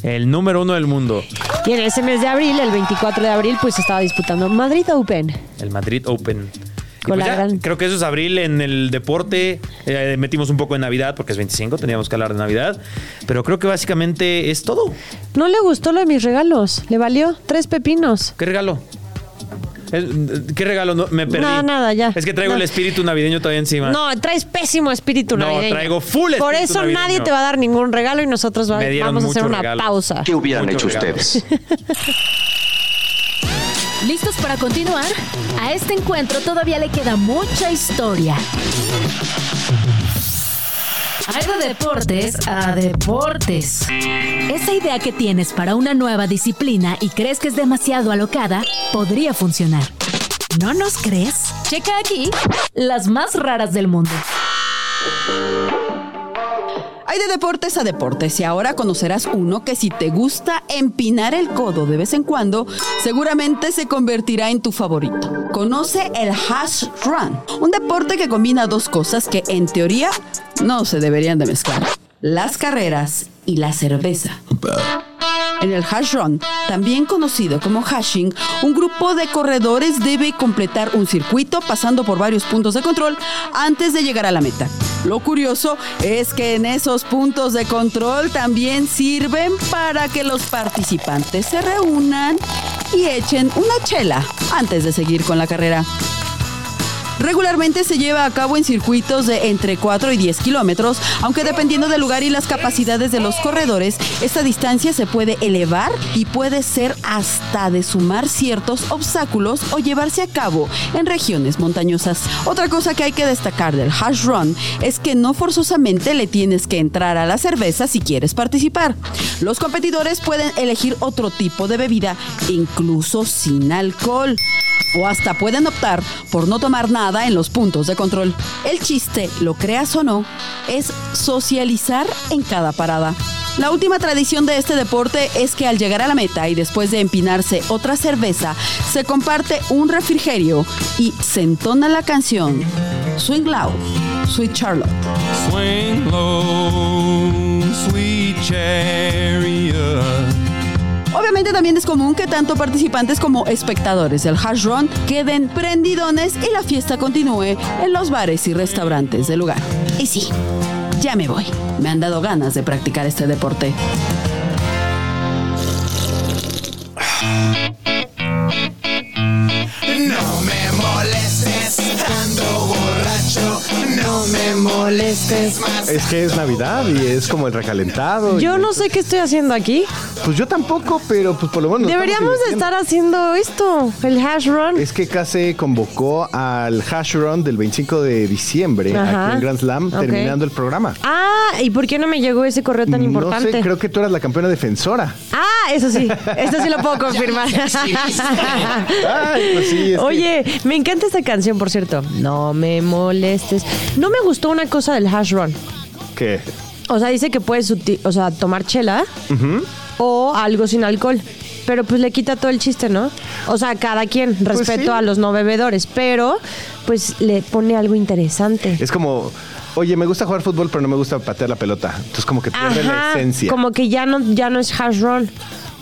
Speaker 5: El número uno del mundo.
Speaker 6: y en ese mes de abril, el 24 de abril, pues estaba disputando Madrid Open.
Speaker 5: El Madrid Open. Y
Speaker 6: Con
Speaker 5: pues
Speaker 6: la
Speaker 5: ya,
Speaker 6: gran-
Speaker 5: Creo que eso es abril en el deporte. Eh, metimos un poco en Navidad porque es 25, teníamos que hablar de Navidad. Pero creo que básicamente es todo.
Speaker 6: No le gustó lo de mis regalos. Le valió tres pepinos.
Speaker 5: ¿Qué regalo? Es- ¿Qué regalo? No, me perdí.
Speaker 6: No, nada, ya.
Speaker 5: Es que traigo
Speaker 6: No.
Speaker 5: el espíritu navideño todavía encima.
Speaker 6: No, traes pésimo espíritu
Speaker 5: No,
Speaker 6: navideño.
Speaker 5: traigo full
Speaker 6: Por
Speaker 5: espíritu
Speaker 6: eso nadie
Speaker 5: navideño.
Speaker 6: te va a dar ningún regalo y nosotros va-
Speaker 5: Me dieron
Speaker 6: vamos a hacer
Speaker 5: muchos
Speaker 6: una
Speaker 5: regalos.
Speaker 6: pausa.
Speaker 8: ¿Qué hubieran
Speaker 5: Muchos
Speaker 8: hecho
Speaker 5: regalos.
Speaker 8: ustedes?
Speaker 3: ¿Listos para continuar? A este encuentro todavía le queda mucha historia. Hay de deportes a deportes. Esa idea que tienes para una nueva disciplina y crees que es demasiado alocada, podría funcionar. ¿No nos crees? Checa aquí las más raras del mundo.
Speaker 9: Hay de deportes a deportes y ahora conocerás uno que si te gusta empinar el codo de vez en cuando, seguramente se convertirá en tu favorito. Conoce el hash run, un deporte que combina dos cosas que en teoría no se deberían de mezclar. Las carreras y la cerveza. En el hash run, también conocido como hashing, un grupo de corredores debe completar un circuito pasando por varios puntos de control antes de llegar a la meta. Lo curioso es que en esos puntos de control también sirven para que los participantes se reúnan y echen una chela antes de seguir con la carrera. Regularmente se lleva a cabo en circuitos de entre 4 y 10 kilómetros, aunque dependiendo del lugar y las capacidades de los corredores, esta distancia se puede elevar y puede ser hasta de sumar ciertos obstáculos o llevarse a cabo en regiones montañosas. Otra cosa que hay que destacar del hash run es que no forzosamente le tienes que entrar a la cerveza si quieres participar. Los competidores pueden elegir otro tipo de bebida, incluso sin alcohol o hasta pueden optar por no tomar nada en los puntos de control. El chiste, lo creas o no, es socializar en cada parada. La última tradición de este deporte es que al llegar a la meta y después de empinarse otra cerveza, se comparte un refrigerio y se entona la canción Swing Loud, Sweet Charlotte.
Speaker 7: Swing low, sweet chariot.
Speaker 9: Obviamente también es común que tanto participantes como espectadores del hash run queden prendidones y la fiesta continúe en los bares y restaurantes del lugar. Y sí, ya me voy. Me han dado ganas de practicar este deporte.
Speaker 4: No me molestes, ando borracho. No me molestes más.
Speaker 10: Es que es Navidad y es como el recalentado. y-
Speaker 6: Yo no sé qué estoy haciendo aquí.
Speaker 10: Pues yo tampoco, pero pues por lo menos. nos
Speaker 6: Deberíamos de
Speaker 10: estamos divirtiendo.
Speaker 6: estar haciendo esto, el hash run.
Speaker 10: Es que Case convocó al hash run del 25 de diciembre
Speaker 6: Ajá.
Speaker 10: aquí en Grand Slam,
Speaker 6: Ok.
Speaker 10: terminando el programa.
Speaker 6: Ah, ¿y por qué no me llegó ese correo tan importante?
Speaker 10: No sé, creo que tú eras la campeona defensora.
Speaker 6: Ah, eso sí, esto sí lo puedo confirmar.
Speaker 10: Ay, pues sí, es que-
Speaker 6: Oye, me encanta esta canción, por cierto. No me molestes. No me gustó una cosa del hash run.
Speaker 10: ¿Qué?
Speaker 6: O sea, dice que puedes uti- o sea, tomar chela o algo sin alcohol. Pero pues le quita todo el chiste, ¿no? O sea, cada quien, respeto
Speaker 10: Pues sí.
Speaker 6: a los no bebedores, pero pues le pone algo interesante.
Speaker 10: Es como, oye, me gusta jugar fútbol, pero no me gusta patear la pelota. Entonces como que pierde la
Speaker 6: Ajá,
Speaker 10: esencia.
Speaker 6: como que ya no, ya no es hash run,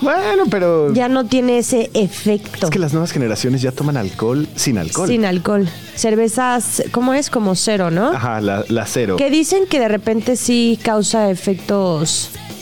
Speaker 10: Bueno, pero
Speaker 6: ya no tiene ese efecto.
Speaker 10: es que las nuevas generaciones ya toman alcohol sin alcohol.
Speaker 6: Sin alcohol. Cervezas, ¿cómo es? Como cero, ¿no?
Speaker 10: Ajá, la, la cero.
Speaker 6: Que dicen que de repente sí causa efectos.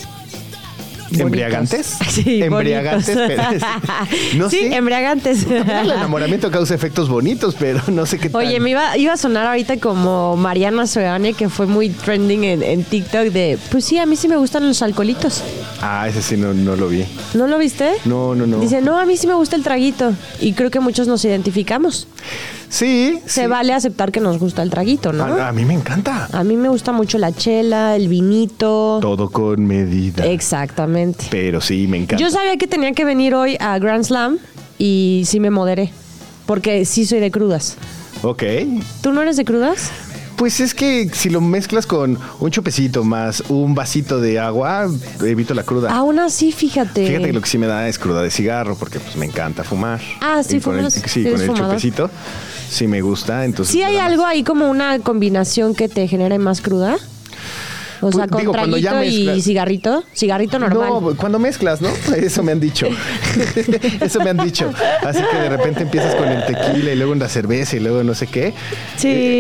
Speaker 6: bonitos.
Speaker 10: ¿Embriagantes?
Speaker 6: Sí,
Speaker 10: Embriagantes,
Speaker 6: bonitos.
Speaker 10: pero- no
Speaker 6: sí,
Speaker 10: sé.
Speaker 6: embriagantes.
Speaker 10: El enamoramiento causa efectos bonitos, pero no sé qué tal.
Speaker 6: Oye, me iba, iba a sonar ahorita como Mariana Soane, que fue muy trending en, en TikTok de, pues sí, a mí sí me gustan los alcoholitos.
Speaker 10: Ah, ese sí no, no lo vi.
Speaker 6: ¿No lo viste?
Speaker 10: No, no, no.
Speaker 6: Dice, no, a mí sí me gusta el traguito. Y creo que muchos nos identificamos.
Speaker 10: Sí.
Speaker 6: Se
Speaker 10: sí.
Speaker 6: vale aceptar que nos gusta el traguito, ¿no? Ah,
Speaker 10: A, a mí me encanta.
Speaker 6: A mí me gusta mucho la chela, el vinito.
Speaker 10: Todo con medida.
Speaker 6: Exactamente.
Speaker 10: pero sí, me encanta.
Speaker 6: Yo sabía que tenía que venir hoy a Grand Slam y sí me moderé. Porque sí soy de crudas.
Speaker 10: Ok.
Speaker 6: ¿Tú no eres de crudas?
Speaker 10: Pues es que si lo mezclas con un chupecito más un vasito de agua, evito la cruda.
Speaker 6: Aún así, fíjate.
Speaker 10: Ah. Fíjate que lo que sí me da es cruda de cigarro, porque pues me encanta fumar.
Speaker 6: Ah, sí,
Speaker 10: Y con el,
Speaker 6: fumas.
Speaker 10: Sí,
Speaker 6: Eres
Speaker 10: con el
Speaker 6: fumador.
Speaker 10: chupecito. Sí me gusta, entonces...
Speaker 6: ¿Sí hay
Speaker 10: Pues nada más.
Speaker 6: algo ahí como una combinación que te genere más cruda? O sea,
Speaker 10: Pues,
Speaker 6: con
Speaker 10: digo, cuando ya
Speaker 6: traguito y
Speaker 10: mezclas-
Speaker 6: cigarrito. Cigarrito normal.
Speaker 10: No, cuando mezclas, ¿no? Eso me han dicho. Eso me han dicho. Así que de repente empiezas con el tequila y luego en la cerveza y luego no sé qué. Eh,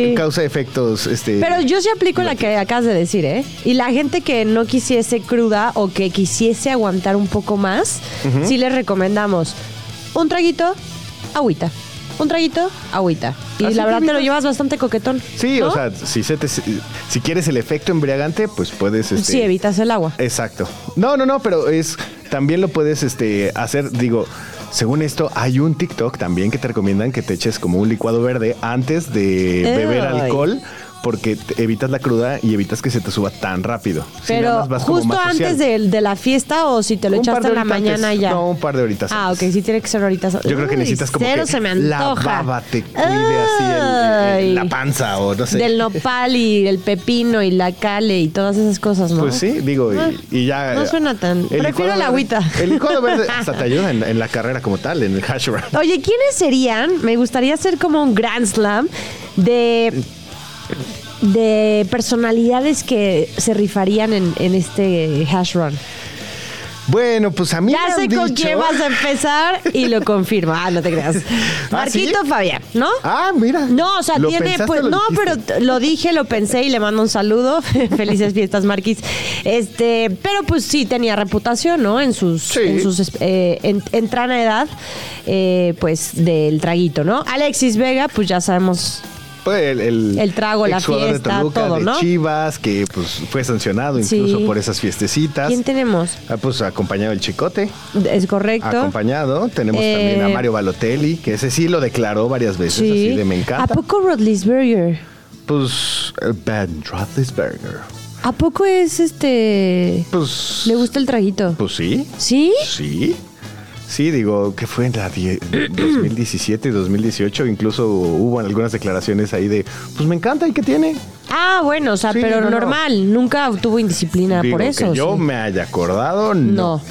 Speaker 6: Sí.
Speaker 10: causa efectos, este...
Speaker 6: Pero yo sí aplico la que acabas de decir, ¿eh? Y la gente que no quisiese cruda o que quisiese aguantar un poco más, sí les recomendamos un traguito, agüita. un traguito, agüita. Y
Speaker 10: Así
Speaker 6: la verdad te lo
Speaker 10: poquitos.
Speaker 6: llevas bastante coquetón.
Speaker 10: Sí,
Speaker 6: ¿no?
Speaker 10: o sea, si, se te- si quieres el efecto embriagante, pues puedes... Este,
Speaker 6: Sí, evitas el agua.
Speaker 10: Exacto. No, no, no, pero es también lo puedes este, hacer, digo, según esto, hay un TikTok también que te recomiendan que te eches como un licuado verde antes de beber
Speaker 6: Ay.
Speaker 10: alcohol. Porque te evitas la cruda y evitas que se te suba tan rápido. Si nada
Speaker 6: Pero
Speaker 10: más vas como
Speaker 6: justo
Speaker 10: más social.
Speaker 6: antes de, de la fiesta o si te lo
Speaker 10: Un par
Speaker 6: echaste
Speaker 10: de
Speaker 6: en la
Speaker 10: horitas
Speaker 6: mañana
Speaker 10: antes.
Speaker 6: ya.
Speaker 10: No, un par de horitas.
Speaker 6: Ah, ok,
Speaker 10: antes.
Speaker 6: sí tiene que ser ahorita.
Speaker 10: Yo creo que necesitas como
Speaker 6: cero
Speaker 10: que
Speaker 6: se me
Speaker 10: la
Speaker 6: antoja.
Speaker 10: baba te cuide así el- el- la
Speaker 6: Ay.
Speaker 10: panza o no sé.
Speaker 6: Del nopal y el pepino y la cale y todas esas cosas, ¿no?
Speaker 10: Pues sí, digo,
Speaker 6: Ah,
Speaker 10: y, y ya. eh,
Speaker 6: no suena tan-
Speaker 10: el
Speaker 6: prefiero
Speaker 10: licuado
Speaker 6: la
Speaker 10: verde-
Speaker 6: agüita.
Speaker 10: El licuado verde hasta te ayuda en, en la carrera como tal, en el hash brown.
Speaker 6: Oye, ¿quiénes serían? Me gustaría hacer como un grand slam de de personalidades que se rifarían en, en este hash run.
Speaker 10: Bueno, pues a mí me
Speaker 6: Ya sé
Speaker 10: han
Speaker 6: con
Speaker 10: dicho-
Speaker 6: quién vas a empezar y lo confirma. Ah, no te creas.
Speaker 10: ¿Ah, sí?
Speaker 6: Marquito Fabián, ¿no?
Speaker 10: Ah, mira.
Speaker 6: No, o sea,
Speaker 10: Lo
Speaker 6: tiene.
Speaker 10: pensaste,
Speaker 6: pues,
Speaker 10: lo
Speaker 6: no,
Speaker 10: dijiste.
Speaker 6: pero t- lo dije, lo pensé y le mando un saludo. Felices fiestas, Marquis. Este, pero pues sí tenía reputación, ¿no? En sus,
Speaker 10: Sí.
Speaker 6: en sus es- eh, en- entrana edad, eh, pues del traguito, ¿no? Alexis Vega, pues ya sabemos.
Speaker 10: Pues el,
Speaker 6: El trago, la
Speaker 10: exjugador
Speaker 6: fiesta,
Speaker 10: de Toluca,
Speaker 6: todo,
Speaker 10: de
Speaker 6: ¿no?
Speaker 10: Chivas, que pues fue sancionado incluso
Speaker 6: Sí.
Speaker 10: por esas fiestecitas.
Speaker 6: ¿Quién tenemos?
Speaker 10: Ah, pues acompañado el Chicote.
Speaker 6: Es correcto.
Speaker 10: Acompañado. Tenemos
Speaker 6: Eh,
Speaker 10: también a Mario Balotelli, que ese sí lo declaró varias veces, así de me
Speaker 6: ¿A
Speaker 10: encanta.
Speaker 6: poco Rodlisberger?
Speaker 10: Pues eh, Ben Roethlisberger.
Speaker 6: ¿A poco es este.
Speaker 10: Pues.
Speaker 6: Le gusta el traguito?
Speaker 10: Pues sí.
Speaker 6: ¿Sí?
Speaker 10: Sí. Sí, digo, que fue en la die- 2017, 2018, incluso hubo algunas declaraciones ahí de, pues me encanta y qué tiene.
Speaker 6: Ah, bueno, o sea,
Speaker 10: Sí,
Speaker 6: pero
Speaker 10: no, no.
Speaker 6: normal. Nunca tuvo indisciplina
Speaker 10: Digo,
Speaker 6: Ah, por eso.
Speaker 10: que yo
Speaker 6: sí.
Speaker 10: me haya acordado, no.
Speaker 6: No.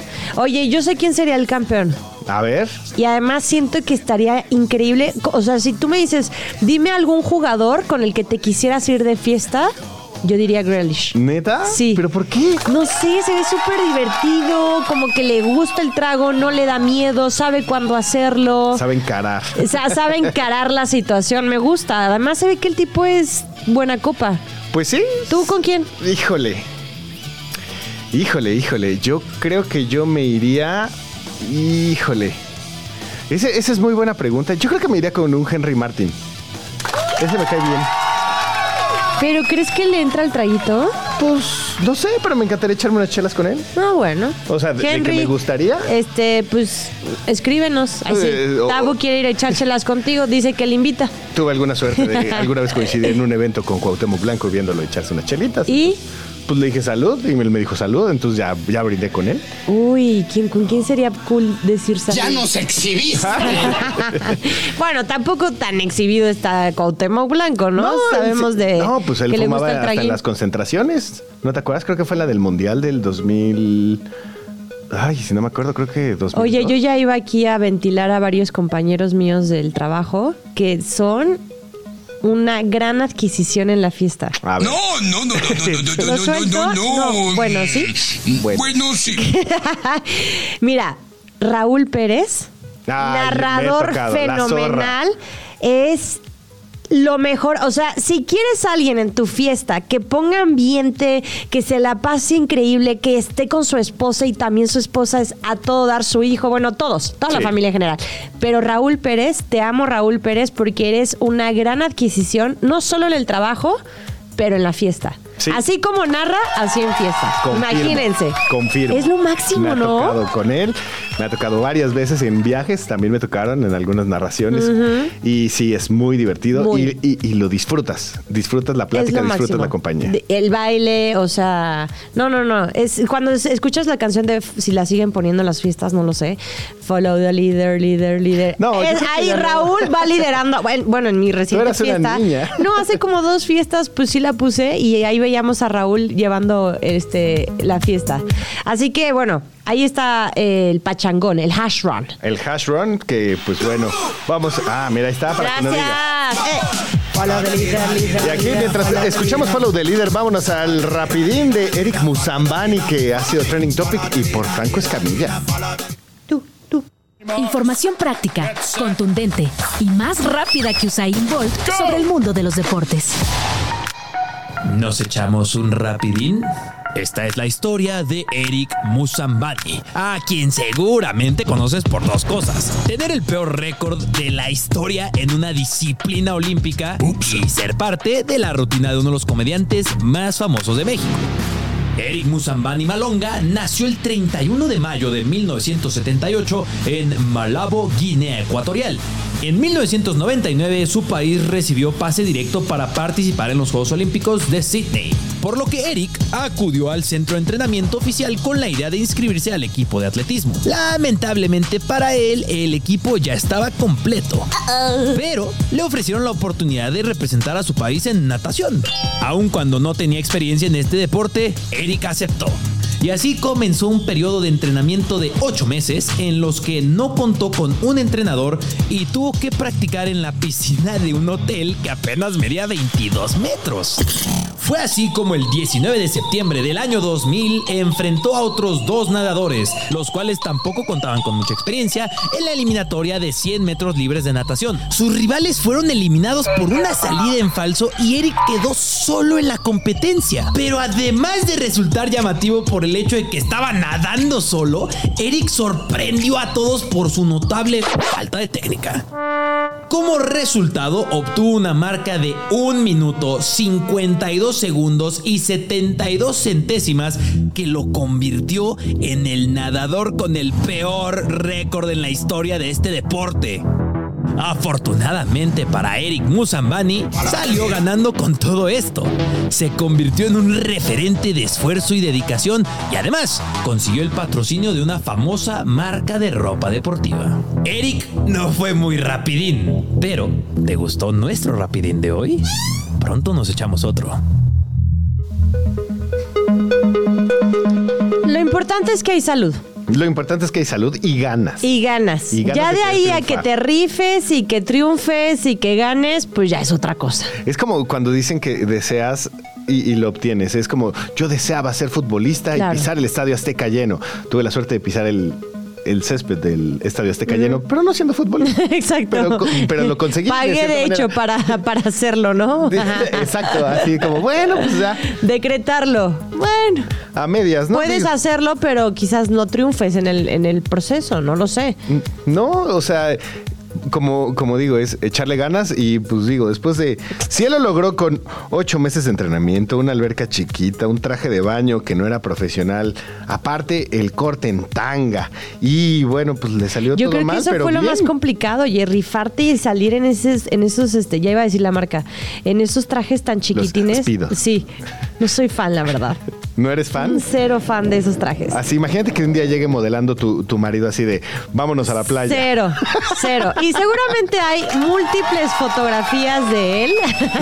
Speaker 6: Oye, yo sé quién sería el campeón.
Speaker 10: A ver,
Speaker 6: Y además siento que estaría increíble. Co- O sea, si tú me dices, dime algún jugador con el que te quisieras ir de fiesta, yo diría Grealish.
Speaker 10: ¿neta?
Speaker 6: Sí.
Speaker 10: ¿Pero por qué?
Speaker 6: No sé, se ve súper divertido, como que le gusta el trago, no le da miedo, sabe cuándo hacerlo.
Speaker 10: Sabe encarar.
Speaker 6: O sea, sabe encarar la situación, me gusta. Además se ve que el tipo es buena copa.
Speaker 10: Pues sí.
Speaker 6: ¿Tú con quién?
Speaker 10: Híjole. Híjole, híjole. Yo creo que yo me iría. Híjole. Ese- esa es muy buena pregunta. Yo creo que me iría con un Henry Martin. Ese me cae bien.
Speaker 6: ¿Pero crees que le entra el traguito?
Speaker 10: Pues no sé, pero me encantaría echarme unas chelas con él.
Speaker 6: No, bueno.
Speaker 10: O sea, de- de que me gustaría.
Speaker 6: Este, pues, escríbenos. Ahí sí.
Speaker 10: Eh, o-
Speaker 6: Tavo quiere ir a echárselas contigo, dice que le invita.
Speaker 10: Tuve alguna suerte de alguna vez coincidir en un evento con Cuauhtémoc Blanco viéndolo echarse unas chelitas.
Speaker 6: Y,
Speaker 10: Pues le dije salud y él me dijo salud, entonces ya, ya brindé con él.
Speaker 6: uy, ¿quién, ¿con quién sería cool decir salud?
Speaker 4: Ya nos exhibiste.
Speaker 6: bueno, tampoco tan exhibido está Cuauhtémoc Blanco, ¿no? Sabemos
Speaker 10: él se-
Speaker 6: de
Speaker 10: No, pues él
Speaker 6: que le
Speaker 10: fumaba
Speaker 6: gusta el
Speaker 10: hasta en
Speaker 6: traguín.
Speaker 10: las concentraciones. ¿No te acuerdas? Creo que fue la del Mundial del 2000. Ay, si no me acuerdo, creo que 2000.
Speaker 6: Oye, yo ya iba aquí a ventilar a varios compañeros míos del trabajo que son una gran adquisición en la fiesta.
Speaker 10: A ver,
Speaker 7: No, no, no, no, no, no,
Speaker 6: ¿Lo suelto? No, bueno, sí.
Speaker 10: bueno.
Speaker 7: Bueno, sí.
Speaker 6: Mira, Raúl Pérez,
Speaker 10: Ay, me he
Speaker 6: narrador
Speaker 10: tocado, la zorra.
Speaker 6: fenomenal, es lo mejor. O sea, si quieres a alguien en tu fiesta que ponga ambiente, que se la pase increíble, que esté con su esposa y también su esposa es a todo dar su hijo, bueno, todos, toda
Speaker 10: Sí.
Speaker 6: la familia en general. Pero Raúl Pérez, te amo Raúl Pérez porque eres una gran adquisición, no solo en el trabajo, pero en la fiesta.
Speaker 10: Sí.
Speaker 6: Así como narra, así en fiesta.
Speaker 10: Confirmo,
Speaker 6: Imagínense.
Speaker 10: Confirmo.
Speaker 6: Es lo máximo,
Speaker 10: me ha
Speaker 6: ¿no?
Speaker 10: tocado con él. Me ha tocado varias veces en viajes. También me tocaron en algunas narraciones. Y sí, es muy divertido.
Speaker 6: Muy.
Speaker 10: Y, y- y lo disfrutas. Disfrutas la plática,
Speaker 6: es lo
Speaker 10: disfrutas
Speaker 6: máximo.
Speaker 10: la compañía.
Speaker 6: De- El baile, o sea, no, no, no. Es cuando es- escuchas la canción de si la siguen poniendo en las fiestas, no lo sé. Follow the leader, leader, leader.
Speaker 10: No, yo
Speaker 6: Es-
Speaker 10: creo que
Speaker 6: ahí
Speaker 10: ya no.
Speaker 6: Raúl va liderando. Bueno, Bueno, en mi reciente
Speaker 10: eras una
Speaker 6: fiesta.
Speaker 10: niña.
Speaker 6: No, hace como dos fiestas, pues sí la puse y ahí veíamos a Raúl llevando este la fiesta. Así que bueno, ahí está eh, el pachangón, el hash run.
Speaker 10: El hash run, que pues bueno, vamos. Ah, mira, ahí está para que no
Speaker 6: Gracias.
Speaker 10: diga.
Speaker 6: Eh, follow the leader, leader,
Speaker 10: Y aquí,
Speaker 6: leader,
Speaker 10: mientras
Speaker 6: follow the
Speaker 10: escuchamos Follow the Leader, vámonos al rapidín de Eric Musambani, que ha sido trending topic, y por Franco Escamilla.
Speaker 6: Tú, tú.
Speaker 3: Información práctica, contundente y más rápida que Usain Bolt sobre el mundo de los deportes.
Speaker 8: Nos echamos un rapidín.
Speaker 5: Esta es la historia de Eric Musambani, a quien seguramente conoces por dos cosas. Tener el peor récord de la historia en una disciplina olímpica y ser parte de la rutina de uno de los comediantes más famosos de México. Eric Musambani Malonga nació el 31 de mayo de 1978 en Malabo, Guinea Ecuatorial. En 1999 su país recibió pase directo para participar en los Juegos Olímpicos de Sydney, por lo que Eric acudió al centro de entrenamiento oficial con la idea de inscribirse al equipo de atletismo. Lamentablemente para él el equipo ya estaba completo, pero le ofrecieron la oportunidad de representar a su país en natación. Aun cuando no tenía experiencia en este deporte, Eric aceptó. Y así comenzó un periodo de entrenamiento de 8 meses en los que no contó con un entrenador y tuvo que practicar en la piscina de un hotel que apenas medía 22 metros. Fue así como el 19 de septiembre del año 2000 enfrentó a otros dos nadadores, los cuales tampoco contaban con mucha experiencia, en la eliminatoria de 100 metros libres de natación. Sus rivales fueron eliminados por una salida en falso y Eric quedó solo en la competencia. Pero además de resultar llamativo por el hecho de que estaba nadando solo, Eric sorprendió a todos por su notable falta de técnica. Como resultado, obtuvo una marca de 1 minuto 52 segundos y 72 centésimas que lo convirtió en el nadador con el peor récord en la historia de este deporte. Afortunadamente para Eric Musambani, salió ganando con todo esto. Se convirtió en un referente de esfuerzo y dedicación y además consiguió el patrocinio de una famosa marca de ropa deportiva. Eric no fue muy rapidín, pero ¿te gustó nuestro rapidín de hoy? Pronto nos echamos otro.
Speaker 6: Lo importante es que hay salud
Speaker 10: Lo importante es que hay salud y ganas.
Speaker 6: y ganas.
Speaker 10: Y ganas
Speaker 6: ya
Speaker 10: de
Speaker 6: de
Speaker 10: querer
Speaker 6: ahí a que
Speaker 10: triunfar.
Speaker 6: te rifes y que triunfes y que ganes, pues ya es otra cosa.
Speaker 10: Es como cuando dicen que deseas y, y lo obtienes. Es como yo deseaba ser futbolista
Speaker 6: Claro.
Speaker 10: y pisar el Estadio Azteca lleno. Tuve la suerte de pisar el, el césped del Estadio Azteca lleno, pero no siendo futbolista.
Speaker 6: Mm. Exacto.
Speaker 10: Pero, co- pero lo conseguí.
Speaker 6: Pagué de
Speaker 10: cierta
Speaker 6: hecho
Speaker 10: manera.
Speaker 6: para, para hacerlo, ¿no?
Speaker 10: Exacto, así como, bueno, pues ya,
Speaker 6: Decretarlo. Bueno,
Speaker 10: a medias, ¿no?
Speaker 6: puedes
Speaker 10: Digo,
Speaker 6: hacerlo, pero quizás no triunfes en el, en el proceso, no lo sé.
Speaker 10: No, o sea, como, como digo, es echarle ganas y pues digo, después de... Si él lo logró con ocho meses de entrenamiento, una alberca chiquita, un traje de baño que no era profesional, aparte el corte en tanga y bueno, pues le salió
Speaker 6: Yo
Speaker 10: todo
Speaker 6: creo
Speaker 10: mal,
Speaker 6: que eso
Speaker 10: pero
Speaker 6: fue lo
Speaker 10: bien.
Speaker 6: más complicado, y rifarte y salir en esos, en esos, este, ya iba a decir la marca, en esos trajes tan chiquitines.
Speaker 10: aspidos.
Speaker 6: sí, no soy fan, la verdad.
Speaker 10: ¿No eres fan?
Speaker 6: Cero fan de esos trajes.
Speaker 10: Así, imagínate que un día llegue modelando tu, tu marido así de, vámonos a la playa.
Speaker 6: Cero, cero. Y seguramente hay múltiples fotografías de él,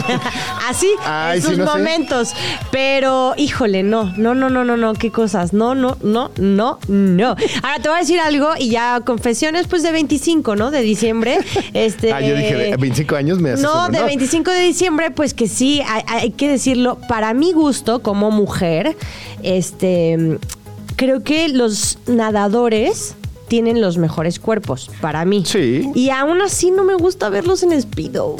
Speaker 6: así,
Speaker 10: Ay,
Speaker 6: en
Speaker 10: sí,
Speaker 6: sus
Speaker 10: no sé.
Speaker 6: momentos. Pero, híjole, no, no, no, no, no, no, qué cosas. No, no, no, no, no. Ahora te voy a decir algo y ya confesiones, pues de 25, ¿no? De diciembre. Este,
Speaker 10: Ah, yo dije, de 25 años me haces
Speaker 6: No,
Speaker 10: un
Speaker 6: de
Speaker 10: honor.
Speaker 6: 25 de diciembre, pues que sí, hay, hay que decirlo, para mi gusto como mujer, este, creo que los nadadores tienen los mejores cuerpos, para mí.
Speaker 10: Sí.
Speaker 6: Y aún así no me gusta verlos en Speedo,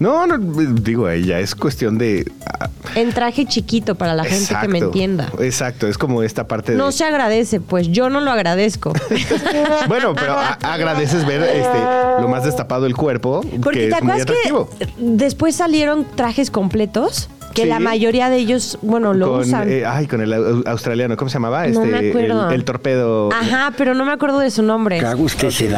Speaker 10: No, no, digo, ella es cuestión de... ah,
Speaker 6: en traje chiquito, para la gente que me
Speaker 10: exacto, Este,
Speaker 6: entienda.
Speaker 10: Exacto, es como esta parte de...
Speaker 6: No se agradece, pues yo no lo agradezco.
Speaker 10: Bueno, pero a- agradeces ver este, lo más destapado el cuerpo,
Speaker 6: Porque
Speaker 10: que
Speaker 6: te
Speaker 10: es muy
Speaker 6: acuerdas
Speaker 10: atractivo.
Speaker 6: que después salieron trajes completos, que
Speaker 10: Sí.
Speaker 6: la mayoría de ellos, bueno, lo
Speaker 10: con,
Speaker 6: usan.
Speaker 10: eh, ay, con el au- australiano, ¿cómo se llamaba?
Speaker 6: No
Speaker 10: Este,
Speaker 6: me acuerdo. Ah.
Speaker 10: El, el torpedo.
Speaker 6: Ajá, pero no me acuerdo de su nombre.
Speaker 11: usted se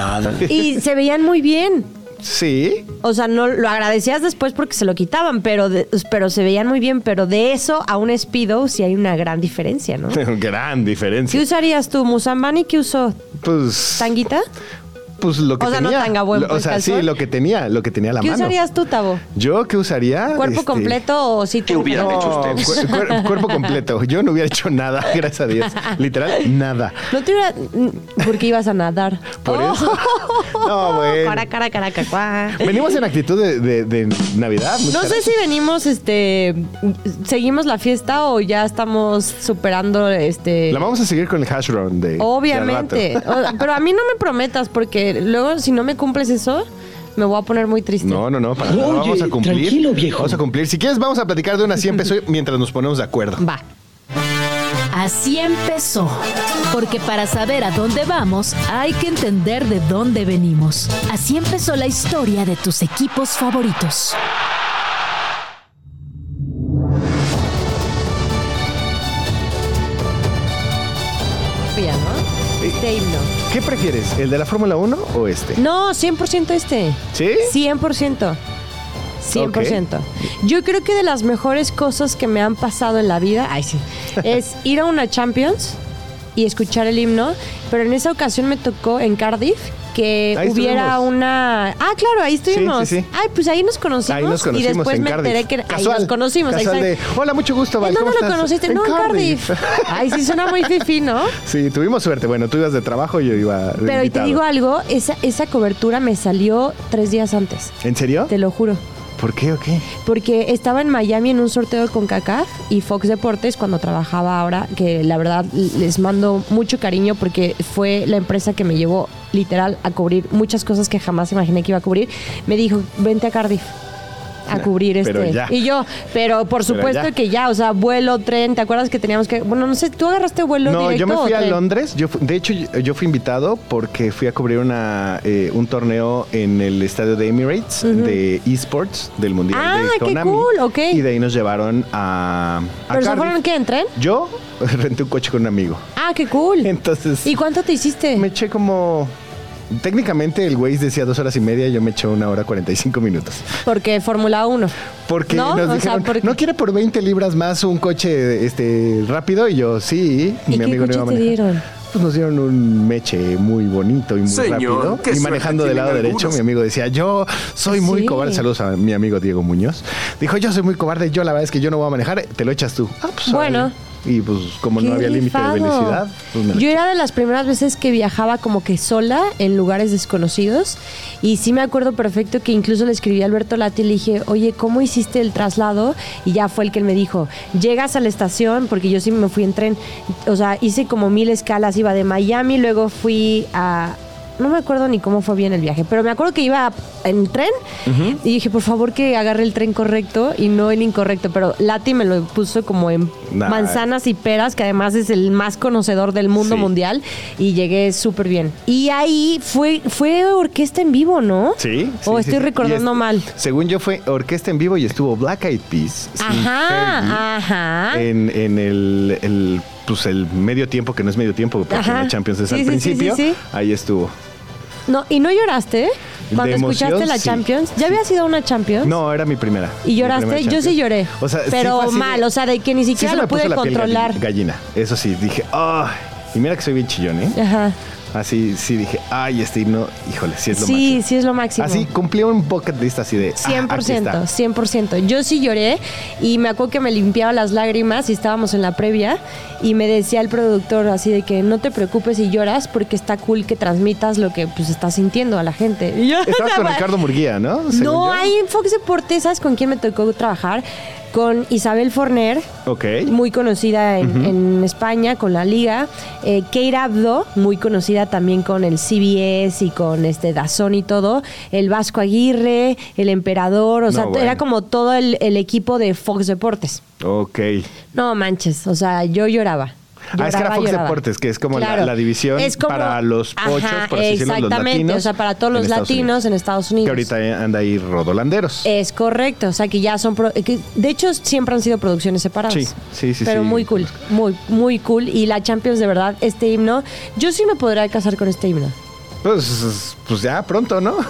Speaker 6: Y se veían muy bien.
Speaker 10: Sí.
Speaker 6: O sea, no lo agradecías después porque se lo quitaban, pero, de- pero se veían muy bien. Pero de eso a un Speedo sí hay una gran diferencia, ¿no?
Speaker 10: Gran diferencia.
Speaker 6: ¿Qué usarías tú, Musambani? ¿Qué usó?
Speaker 10: Pues,
Speaker 6: ¿Tanguita?
Speaker 10: pues lo que
Speaker 6: O sea, no
Speaker 10: tenía.
Speaker 6: tanga, buen,
Speaker 10: Lo- o
Speaker 6: pues,
Speaker 10: sea, sí,
Speaker 6: calzón.
Speaker 10: lo que tenía, lo que tenía a la
Speaker 6: ¿Qué
Speaker 10: mano.
Speaker 6: usarías tú, Tavo?
Speaker 10: Yo qué usaría?
Speaker 6: ¿Cuerpo
Speaker 10: Este,
Speaker 6: completo o sí?
Speaker 1: ¿Qué hubiera
Speaker 10: No,
Speaker 1: hecho usted?
Speaker 10: cuer- cuer- cuerpo completo. Yo no hubiera hecho nada, gracias a Dios. Literal, nada.
Speaker 6: No te hubiera... mm, Porque ibas a nadar.
Speaker 10: Por
Speaker 6: Oh.
Speaker 10: eso. No, bueno.
Speaker 6: Cara, cara, cara, ca, cuá.
Speaker 10: Venimos en actitud de, de- de Navidad.
Speaker 6: No sé si venimos, este... ¿Seguimos la fiesta o ya estamos superando, este...
Speaker 10: La vamos a seguir con el hash round de. de al
Speaker 6: Obviamente.
Speaker 10: rato.
Speaker 6: O- pero a mí no me prometas, porque luego si no me cumples eso, me voy a poner muy triste.
Speaker 10: No, no, no, para nada.
Speaker 12: Oye,
Speaker 10: vamos a cumplir.
Speaker 12: tranquilo, viejo.
Speaker 10: Vamos a cumplir. Si quieres, vamos a platicar de una 100 pesos mientras nos ponemos de acuerdo.
Speaker 6: Va.
Speaker 3: Así empezó, porque para saber a dónde vamos hay que entender de dónde venimos. Así empezó la historia de tus equipos favoritos.
Speaker 6: Fría, ¿no? Este himno.
Speaker 10: ¿Qué prefieres, el de la Fórmula 1 o este?
Speaker 6: No, 100% este.
Speaker 10: ¿Sí?
Speaker 6: 100%. 100%. Yo creo que de las mejores cosas que me han pasado en la vida, ay sí, es ir a una Champions y escuchar el himno, pero en esa ocasión me tocó en Cardiff que
Speaker 10: Ahí
Speaker 6: hubiera
Speaker 10: estuvimos.
Speaker 6: una Ah, claro, ahí estuvimos.
Speaker 10: sí, sí.
Speaker 6: Ay, pues ahí nos conocimos,
Speaker 10: Ahí nos conocimos
Speaker 6: y después
Speaker 10: en
Speaker 6: me
Speaker 10: Cardiff.
Speaker 6: enteré que
Speaker 10: Casual,
Speaker 6: ahí nos conocimos, ahí
Speaker 10: casual
Speaker 6: está.
Speaker 10: de, Hola, mucho gusto, Val.
Speaker 6: ¿En
Speaker 10: ¿cómo
Speaker 6: dónde lo
Speaker 10: estás?"
Speaker 6: conociste? No, en Cardiff. Ay, sí suena muy fifi, ¿no?
Speaker 10: Sí, tuvimos suerte. Bueno, tú ibas de trabajo y yo iba
Speaker 6: Pero
Speaker 10: de
Speaker 6: y te
Speaker 10: invitado.
Speaker 6: digo algo, esa, esa cobertura me salió tres días antes,
Speaker 10: ¿En serio?
Speaker 6: te lo juro.
Speaker 10: ¿Por qué o qué?
Speaker 6: Porque estaba en Miami en un sorteo con CACAF y Fox Deportes cuando trabajaba ahora, que la verdad les mando mucho cariño porque fue la empresa que me llevó literal a cubrir muchas cosas que jamás imaginé que iba a cubrir. Me dijo, vente a Cardiff a cubrir
Speaker 10: pero
Speaker 6: este.
Speaker 10: ya.
Speaker 6: Y yo, pero por supuesto
Speaker 10: ya.
Speaker 6: que ya, o sea, vuelo, tren, ¿te acuerdas que teníamos que... Bueno, no sé, ¿tú agarraste vuelo
Speaker 10: no,
Speaker 6: directo
Speaker 10: yo me
Speaker 6: o
Speaker 10: fui a
Speaker 6: tren?
Speaker 10: Londres. Yo, fu- de hecho, yo yo fui invitado porque fui a cubrir una, eh, un torneo en el estadio de Emirates de esports del Mundial
Speaker 6: Ah,
Speaker 10: de
Speaker 6: qué
Speaker 10: Konami.
Speaker 6: cool, ok.
Speaker 10: Y de ahí nos llevaron a, a
Speaker 6: ¿Pero se
Speaker 10: Cardiff.
Speaker 6: fueron qué, en tren?
Speaker 10: Yo renté un coche con un amigo.
Speaker 6: Ah, qué cool.
Speaker 10: Entonces
Speaker 6: ¿Y cuánto te hiciste?
Speaker 10: me eché como... Técnicamente el Waze decía dos horas y media, yo me eché una hora cuarenta y cinco minutos.
Speaker 6: Porque Fórmula 1.
Speaker 10: Porque
Speaker 6: ¿No? O
Speaker 10: nos
Speaker 6: sea,
Speaker 10: dijeron,
Speaker 6: porque-
Speaker 10: ¿no quiere por 20 libras más un coche este, rápido? Y yo, sí.
Speaker 6: ¿Y
Speaker 10: mi
Speaker 6: qué
Speaker 10: amigo no iba
Speaker 6: coche te
Speaker 10: a manejar.
Speaker 6: dieron?
Speaker 10: Pues nos dieron un meche muy bonito y muy
Speaker 7: Señor,
Speaker 10: rápido.
Speaker 7: qué
Speaker 10: Y
Speaker 7: suerte
Speaker 10: manejando del
Speaker 7: tienen
Speaker 10: lado derecho,
Speaker 7: algunos.
Speaker 10: mi amigo decía, yo soy muy
Speaker 6: Sí.
Speaker 10: cobarde. Saludos a mi amigo Diego Muñoz. Dijo, yo soy muy cobarde, yo la verdad es que yo no voy a manejar, te lo echas tú. Ah, pues,
Speaker 6: Bueno.
Speaker 10: órale. Y pues como
Speaker 6: Qué
Speaker 10: no había límite de
Speaker 6: rifado.
Speaker 10: velocidad, pues me lo
Speaker 6: Yo
Speaker 10: eché.
Speaker 6: era de las primeras veces que viajaba como que sola en lugares desconocidos y sí me acuerdo perfecto que incluso le escribí a Alberto Lati y le dije, oye, ¿cómo hiciste el traslado? Y ya fue el que me dijo, llegas a la estación, porque yo sí me fui en tren, o sea, hice como mil escalas, iba de Miami, luego fui a... No me acuerdo ni cómo fue bien el viaje, pero me acuerdo que iba en tren y dije, por favor que agarre el tren correcto y no el incorrecto, pero Lati me lo puso como en
Speaker 10: Nah.
Speaker 6: manzanas y peras, que además es el más conocedor del mundo
Speaker 10: Sí.
Speaker 6: mundial, y llegué súper bien. Y ahí fue, fue orquesta en vivo, ¿no?
Speaker 10: Sí. sí,
Speaker 6: O
Speaker 10: sí,
Speaker 6: Oh, estoy
Speaker 10: sí.
Speaker 6: recordando
Speaker 10: Y es-
Speaker 6: mal.
Speaker 10: Según yo fue orquesta en vivo y estuvo Black Eyed Peas. sin Fergie.
Speaker 6: Ajá, ajá.
Speaker 10: en, en el, el, pues el medio tiempo, que no es medio tiempo, porque
Speaker 6: Ajá.
Speaker 10: la Champions es
Speaker 6: Sí,
Speaker 10: al
Speaker 6: sí, sí, sí,
Speaker 10: principio,
Speaker 6: sí.
Speaker 10: ahí estuvo.
Speaker 6: No, ¿Y no lloraste cuando
Speaker 10: De emoción,
Speaker 6: escuchaste la
Speaker 10: sí.
Speaker 6: Champions? ¿Ya había sido una Champions?
Speaker 10: No, era mi primera.
Speaker 6: ¿Y
Speaker 10: mi
Speaker 6: lloraste?
Speaker 10: primera
Speaker 6: Yo sí
Speaker 10: Champions.
Speaker 6: lloré.
Speaker 10: O sea, sí
Speaker 6: pero
Speaker 10: fue así de-
Speaker 6: mal, o sea, de que ni
Speaker 10: sí se
Speaker 6: siquiera lo
Speaker 10: me puso
Speaker 6: pude
Speaker 10: la piel
Speaker 6: controlar.
Speaker 10: galli- Gallina, eso sí, dije, ¡ay! Y mira que soy bien chillón, ¿eh?
Speaker 6: Ajá.
Speaker 10: Así, sí dije, ¡ay! Este himno, híjole, sí es lo
Speaker 6: Sí,
Speaker 10: máximo.
Speaker 6: sí es lo máximo.
Speaker 10: Así cumplí un bucket list así de. ah, aquí
Speaker 6: 100%,
Speaker 10: está.
Speaker 6: 100%. Yo sí lloré y me acuerdo que me limpiaba las lágrimas y estábamos en la previa y me decía el productor así de que no te preocupes si lloras porque está cool que transmitas lo que pues estás sintiendo a la gente. Y yo,
Speaker 10: Estabas con Ricardo Murguía, ¿no? Según
Speaker 6: No,
Speaker 10: yo.
Speaker 6: ahí en Fox Deportes, ¿sabes con quién me tocó trabajar? Con Isabel Forner,
Speaker 10: Ok.
Speaker 6: muy conocida en, en España con la liga. Eh, Keira Abdo, muy conocida también con el CBS y con este Dazón y todo. El Vasco Aguirre, el Emperador, o sea,
Speaker 10: No, bueno.
Speaker 6: era como todo el, el equipo de Fox Deportes.
Speaker 10: Ok.
Speaker 6: No manches, o sea, yo lloraba.
Speaker 10: Ah, es que era
Speaker 6: Lloraba,
Speaker 10: Fox
Speaker 6: lloraba.
Speaker 10: Deportes, que es como la-
Speaker 6: Claro.
Speaker 10: la división
Speaker 6: Es como-
Speaker 10: para los pochos,
Speaker 6: Ajá,
Speaker 10: por así decirlo, los
Speaker 6: Exactamente,
Speaker 10: latinos
Speaker 6: o sea, para todos
Speaker 10: en
Speaker 6: los
Speaker 10: Estados
Speaker 6: latinos en Estados Unidos. Eh.
Speaker 10: Que ahorita anda ahí rodolanderos.
Speaker 6: Es correcto, o sea que ya son... pro- que de hecho, siempre han sido producciones separadas.
Speaker 10: Sí, sí, sí,
Speaker 6: Pero
Speaker 10: sí.
Speaker 6: muy cool, muy, muy cool. Y la Champions, de verdad, este himno, yo sí me podría casar con este himno.
Speaker 10: Pues, pues ya pronto, ¿no?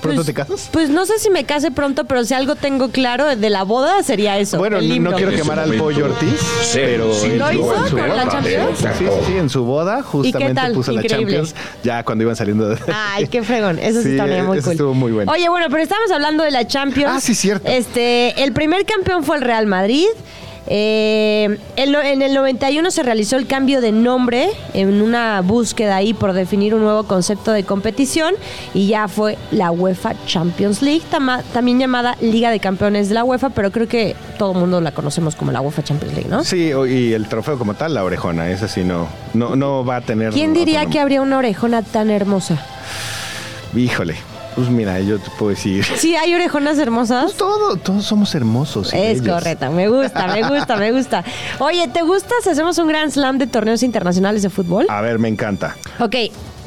Speaker 10: ¿Pronto
Speaker 6: Pues-
Speaker 10: te casas?
Speaker 6: Pues no sé si me case pronto, pero si algo tengo claro de la boda sería eso.
Speaker 10: Bueno,
Speaker 6: el
Speaker 10: no,
Speaker 6: himno.
Speaker 10: no quiero
Speaker 7: En ese
Speaker 10: quemar al
Speaker 7: momento,
Speaker 10: pollo Ortiz,
Speaker 7: cero,
Speaker 10: pero
Speaker 7: sin
Speaker 10: él
Speaker 6: ¿Lo
Speaker 10: tuvo
Speaker 6: hizo
Speaker 10: en su
Speaker 6: con
Speaker 10: boda.
Speaker 6: la Champions?
Speaker 10: Sí, sí, sí, en su boda justamente
Speaker 6: tal?
Speaker 10: puso la
Speaker 6: Increíble.
Speaker 10: Champions ya cuando iban saliendo de...
Speaker 6: Ay, qué fregón. Eso sí,
Speaker 10: Sí,
Speaker 6: estaría muy
Speaker 10: eso
Speaker 6: cool.
Speaker 10: estuvo muy bueno.
Speaker 6: Oye, bueno, pero estábamos hablando de la Champions.
Speaker 10: Ah, sí, cierto.
Speaker 6: Este, el primer campeón fue el Real Madrid. Eh, el no- en el 91 se realizó el cambio de nombre en una búsqueda ahí por definir un nuevo concepto de competición y ya fue la UEFA Champions League, tama- también llamada Liga de Campeones de la UEFA, pero creo que todo el mundo la conocemos como la UEFA Champions League, ¿no?
Speaker 10: Sí, o- y el trofeo como tal, la orejona, esa sí no, no, no va a tener...
Speaker 6: ¿Quién
Speaker 10: otro
Speaker 6: diría
Speaker 10: nombre.
Speaker 6: que habría una orejona tan hermosa?
Speaker 10: Híjole, Pues mira, yo te puedo decir.
Speaker 6: Sí, hay orejonas hermosas.
Speaker 10: Todo, todos somos hermosos. y
Speaker 6: Es
Speaker 10: bellos.
Speaker 6: correcta, me gusta, me gusta, me gusta. Oye, ¿te gusta si hacemos un gran slam de torneos internacionales de fútbol?
Speaker 10: A ver, me encanta.
Speaker 6: Ok,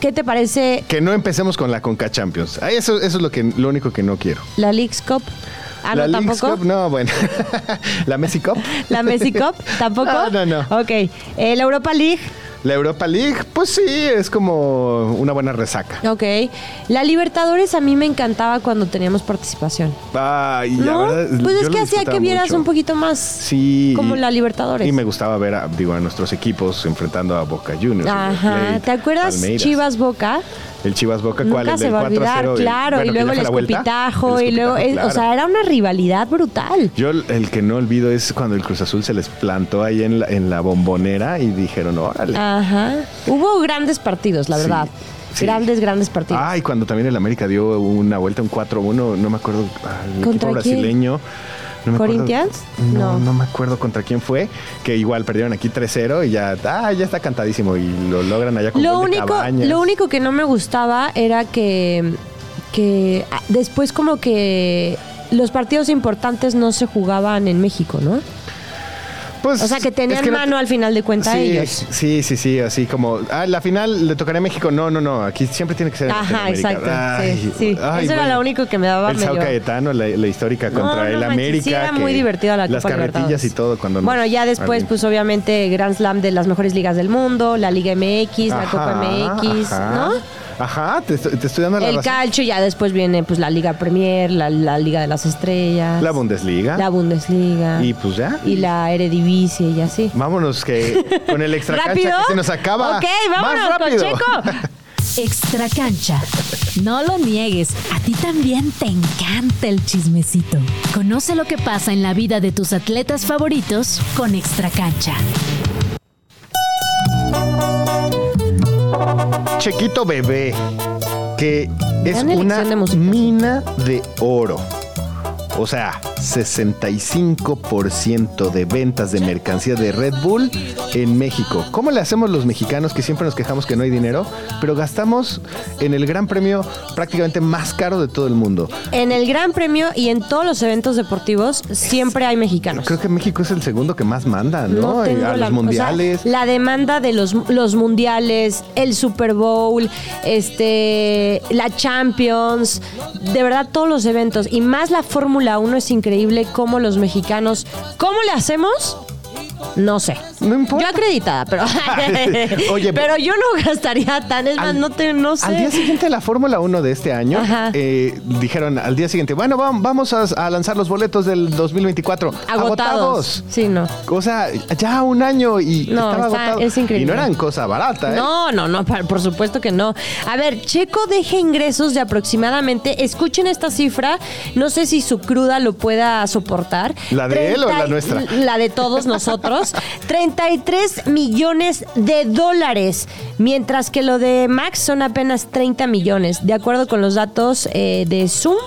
Speaker 6: ¿qué te parece
Speaker 10: Que no empecemos con la Conca Champions. Ah, Eso, eso es lo, que, lo único que no quiero.
Speaker 6: la Leagues Cup? Ah,
Speaker 10: la
Speaker 6: no,
Speaker 10: Leagues
Speaker 6: tampoco.
Speaker 10: Cup, no, bueno. la Messi Cup.
Speaker 6: La Messi Cup, tampoco.
Speaker 10: Ah, no, no.
Speaker 6: Ok, eh, la Europa League,
Speaker 10: La Europa League, pues sí, es como una buena resaca.
Speaker 6: ok. La Libertadores a mí me encantaba cuando teníamos participación.
Speaker 10: Ay, la
Speaker 6: ¿No?
Speaker 10: verdad,
Speaker 6: pues
Speaker 10: yo
Speaker 6: es
Speaker 10: lo
Speaker 6: que hacía
Speaker 10: disfrutaba
Speaker 6: que vieras
Speaker 10: mucho.
Speaker 6: un poquito más
Speaker 10: Sí.
Speaker 6: como
Speaker 10: y-
Speaker 6: la Libertadores.
Speaker 10: Y me gustaba ver a, digo, a nuestros equipos enfrentando a Boca Juniors. River
Speaker 6: Ajá,
Speaker 10: Plate,
Speaker 6: ¿te acuerdas
Speaker 10: Palmeiras.
Speaker 6: Chivas Boca?
Speaker 10: El Chivas Boca, ¿cuál?
Speaker 6: Nunca
Speaker 10: el
Speaker 6: se
Speaker 10: del
Speaker 6: va a olvidar,
Speaker 10: 4-0 del-
Speaker 6: claro,
Speaker 10: bueno,
Speaker 6: y
Speaker 10: que
Speaker 6: luego
Speaker 10: ya
Speaker 6: el
Speaker 10: fue la vuelta.
Speaker 6: escupitajo,
Speaker 10: El
Speaker 6: y luego,
Speaker 10: escupitajo,
Speaker 6: eh, o
Speaker 10: claro.
Speaker 6: sea, era una rivalidad brutal.
Speaker 10: Yo el- el que no olvido es cuando el Cruz Azul se les plantó ahí en la, en la bombonera y dijeron, órale.
Speaker 6: Ajá. Hubo grandes partidos, Ah, la
Speaker 10: Sí,
Speaker 6: verdad.
Speaker 10: sí.
Speaker 6: Grandes, grandes partidos.
Speaker 10: Ay, cuando también el América dio una vuelta, un 4-1, no me acuerdo, al equipo
Speaker 6: ¿Contra quién?
Speaker 10: brasileño. No me acuerdo.
Speaker 6: ¿Corinthians?
Speaker 10: No,
Speaker 6: No.
Speaker 10: no, me acuerdo contra quién fue, que igual perdieron aquí 3-0 y ya, ah, ya está cantadísimo y lo logran allá con
Speaker 6: lo
Speaker 10: gol de
Speaker 6: único,
Speaker 10: Cabañas.
Speaker 6: lo único que no me gustaba era que, que ah, después como que los partidos importantes no se jugaban en México, ¿no?
Speaker 10: Pues,
Speaker 6: O sea, que tenían
Speaker 10: es que no-
Speaker 6: mano al final de cuenta
Speaker 10: sí,
Speaker 6: ellos.
Speaker 10: Sí, sí, sí, así como, ah, la final le tocará a México. No, no, no, aquí siempre tiene que ser en
Speaker 6: Ajá,
Speaker 10: Norteamérica.
Speaker 6: exacto. sí,
Speaker 10: Ay,
Speaker 6: sí.
Speaker 10: ay,
Speaker 6: Eso era
Speaker 10: bueno.
Speaker 6: lo único que me daba
Speaker 10: El Sao
Speaker 6: medio-
Speaker 10: Cayetano, la, la histórica contra
Speaker 6: No, no
Speaker 10: el
Speaker 6: manches,
Speaker 10: América.
Speaker 6: sí era
Speaker 10: que
Speaker 6: muy divertida la
Speaker 10: Las
Speaker 6: Copa
Speaker 10: carretillas
Speaker 6: Libertadores.
Speaker 10: y todo cuando
Speaker 6: Bueno,
Speaker 10: nos-
Speaker 6: ya después,
Speaker 10: alguien-
Speaker 6: pues obviamente Grand Slam de las mejores ligas del mundo, la Liga MX, la Copa
Speaker 10: Ajá,
Speaker 6: MX,
Speaker 10: ajá.
Speaker 6: ¿no?
Speaker 10: Ajá, te, estoy- te estoy dando la
Speaker 6: El
Speaker 10: razón.
Speaker 6: calcio, ya después viene pues la Liga Premier, la, la Liga de las Estrellas,
Speaker 10: La Bundesliga.
Speaker 6: la Bundesliga
Speaker 10: ¿Ah? Y pues ya.
Speaker 6: y la Eredivisie y así.
Speaker 10: Vámonos que con el extra cancha que se nos acaba.
Speaker 6: Ok, vámonos
Speaker 10: Más
Speaker 6: con
Speaker 10: rápido.
Speaker 6: Checo.
Speaker 3: Extra cancha. No lo niegues, a ti también te encanta el chismecito. Conoce lo que pasa en la vida de tus atletas favoritos con Extra cancha.
Speaker 10: Chequito Bebé, que es
Speaker 6: Gran elección
Speaker 10: una
Speaker 6: de música.
Speaker 10: mina de oro. O sea, 65% de ventas de mercancía de Red Bull en México. ¿Cómo le hacemos los mexicanos que siempre nos quejamos que no hay dinero, pero gastamos en el Gran Premio prácticamente más caro de todo el mundo?
Speaker 6: En el Gran Premio y en todos los eventos deportivos siempre hay mexicanos.
Speaker 10: Creo que México es el segundo que más manda, ¿no?
Speaker 6: No tengo
Speaker 10: a
Speaker 6: la- o
Speaker 10: los
Speaker 6: sea,
Speaker 10: mundiales.
Speaker 6: la demanda de los, los mundiales, el Super Bowl, este, la Champions, de verdad todos los eventos. Y más la Fórmula 1 es increíble cómo los mexicanos, ¿cómo le hacemos? No sé.
Speaker 10: No importa.
Speaker 6: Yo acreditada, pero.
Speaker 10: Oye,
Speaker 6: pero yo no gastaría tan. Es más,
Speaker 10: Al-
Speaker 6: no, te, no sé.
Speaker 10: Al día siguiente de la Fórmula 1 de este año,
Speaker 6: Ajá.
Speaker 10: eh, dijeron al día siguiente, bueno, vam- vamos a, a lanzar los boletos del 2024.
Speaker 6: Agotados. Sí, no.
Speaker 10: O sea, ya un año y
Speaker 6: No,
Speaker 10: estaba
Speaker 6: está-
Speaker 10: agotado.
Speaker 6: es increíble.
Speaker 10: Y no eran cosa barata, ¿eh?
Speaker 6: No, no, no, pa- por supuesto que no. A ver, Checo deja ingresos de aproximadamente, escuchen esta cifra, no sé si su cruda lo pueda soportar.
Speaker 10: ¿La de él o la
Speaker 6: y-
Speaker 10: nuestra?
Speaker 6: La de todos nosotros. 33 millones de dólares, mientras que lo de Max son apenas 30 millones, de acuerdo con los datos eh, de Zoom.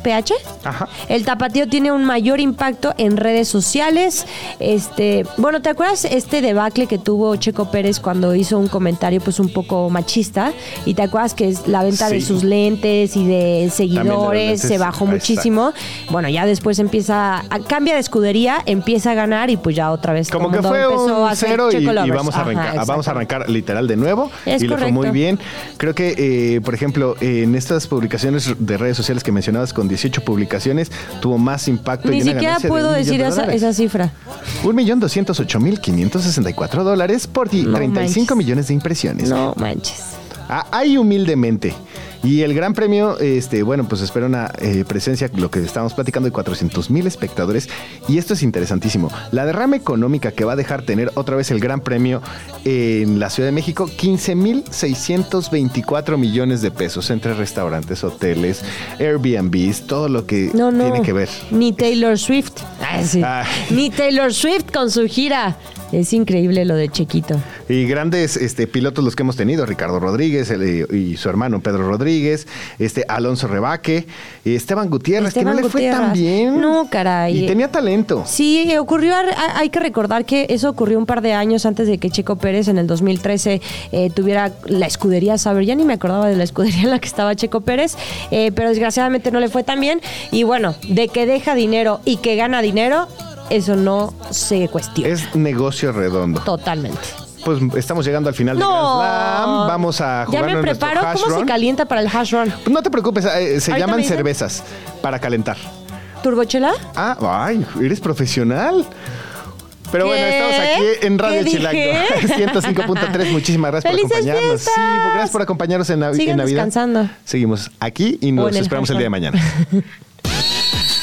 Speaker 6: PH.
Speaker 10: Ajá.
Speaker 6: El tapatío tiene un mayor impacto en redes sociales. Este, bueno, ¿te acuerdas este debacle que tuvo Checo Pérez cuando hizo un comentario pues un poco machista? Y te acuerdas que es la venta de
Speaker 10: Sí.
Speaker 6: sus lentes y de seguidores
Speaker 10: lentes.
Speaker 6: se bajó
Speaker 10: Exacto.
Speaker 6: muchísimo. Bueno, ya después empieza a- cambia de escudería, empieza a ganar y pues ya otra vez
Speaker 10: Como
Speaker 6: todo
Speaker 10: que
Speaker 6: mundo
Speaker 10: fue
Speaker 6: empezó
Speaker 10: un
Speaker 6: a ser
Speaker 10: cero y,
Speaker 6: Checo
Speaker 10: y
Speaker 6: lovers.
Speaker 10: vamos, a
Speaker 6: Ajá,
Speaker 10: arrancar, ah,
Speaker 6: exacto.
Speaker 10: vamos a arrancar literal de nuevo.
Speaker 6: Es
Speaker 10: y le fue muy
Speaker 6: correcto.
Speaker 10: bien. Creo que, eh, por ejemplo, en estas publicaciones de redes sociales que mencionabas, con 18 publicaciones, tuvo más impacto.
Speaker 6: Ni
Speaker 10: y una
Speaker 6: siquiera
Speaker 10: ganancia de
Speaker 6: puedo
Speaker 10: un millón
Speaker 6: decir
Speaker 10: de
Speaker 6: esa,
Speaker 10: dólares.
Speaker 6: esa cifra.
Speaker 10: 1.208.564 dólares por di-
Speaker 6: No
Speaker 10: 35
Speaker 6: manches.
Speaker 10: millones de impresiones.
Speaker 6: No manches.
Speaker 10: Ah, Ahí humildemente. Y el gran premio, este, bueno, pues espera una eh, presencia, lo que estábamos platicando, de 400 mil espectadores. Y esto es interesantísimo. La derrama económica que va a dejar tener otra vez el gran premio en la Ciudad de México, 15 mil 624 millones de pesos entre restaurantes, hoteles, Airbnbs, todo lo que
Speaker 6: No, no.
Speaker 10: tiene que ver.
Speaker 6: Ni Taylor Swift. Ah, sí.
Speaker 10: Ah.
Speaker 6: Ni Taylor Swift con su gira. Es increíble lo de Chequito.
Speaker 10: Y grandes este, pilotos los que hemos tenido, Ricardo Rodríguez el- y su hermano Pedro Rodríguez, este Alonso Rebaque, Esteban Gutiérrez,
Speaker 6: Esteban
Speaker 10: que no le fue tan
Speaker 6: Gutiérrez.
Speaker 10: bien.
Speaker 6: No, caray.
Speaker 10: Y tenía talento.
Speaker 6: Sí, ocurrió, ar- ha- hay que recordar que eso ocurrió un par de años antes de que Checo Pérez en el 2013 eh, tuviera la escudería Saber. Ya ni me acordaba de la escudería en la que estaba Checo Pérez, eh, pero desgraciadamente no le fue tan bien. Y bueno, de que deja dinero y que gana dinero, eso no se cuestiona.
Speaker 10: Es negocio redondo.
Speaker 6: Totalmente.
Speaker 10: Pues estamos llegando al final de
Speaker 6: No.
Speaker 10: Grand Slam. Vamos a
Speaker 6: Ya
Speaker 10: jugar
Speaker 6: me preparo.
Speaker 10: nuestro hash
Speaker 6: ¿Cómo se
Speaker 10: run.
Speaker 6: calienta para el hash run?
Speaker 10: No te preocupes, eh, se
Speaker 6: Ahorita
Speaker 10: llaman
Speaker 6: me dicen.
Speaker 10: cervezas para calentar.
Speaker 6: ¿Turbochela?
Speaker 10: Ah, ay, eres profesional. Pero bueno,
Speaker 6: ¿Qué?
Speaker 10: estamos aquí en Radio
Speaker 6: ¿Qué dije?
Speaker 10: Chilango 105.3. Muchísimas gracias por
Speaker 6: ¡Felices
Speaker 10: acompañarnos.
Speaker 6: fiestas!
Speaker 10: Sí, gracias por acompañarnos en, Nav-
Speaker 6: Sigan
Speaker 10: en Navidad.
Speaker 6: descansando.
Speaker 10: Seguimos aquí y nos
Speaker 6: en el
Speaker 10: esperamos el día de
Speaker 6: Hard Rock.
Speaker 10: mañana.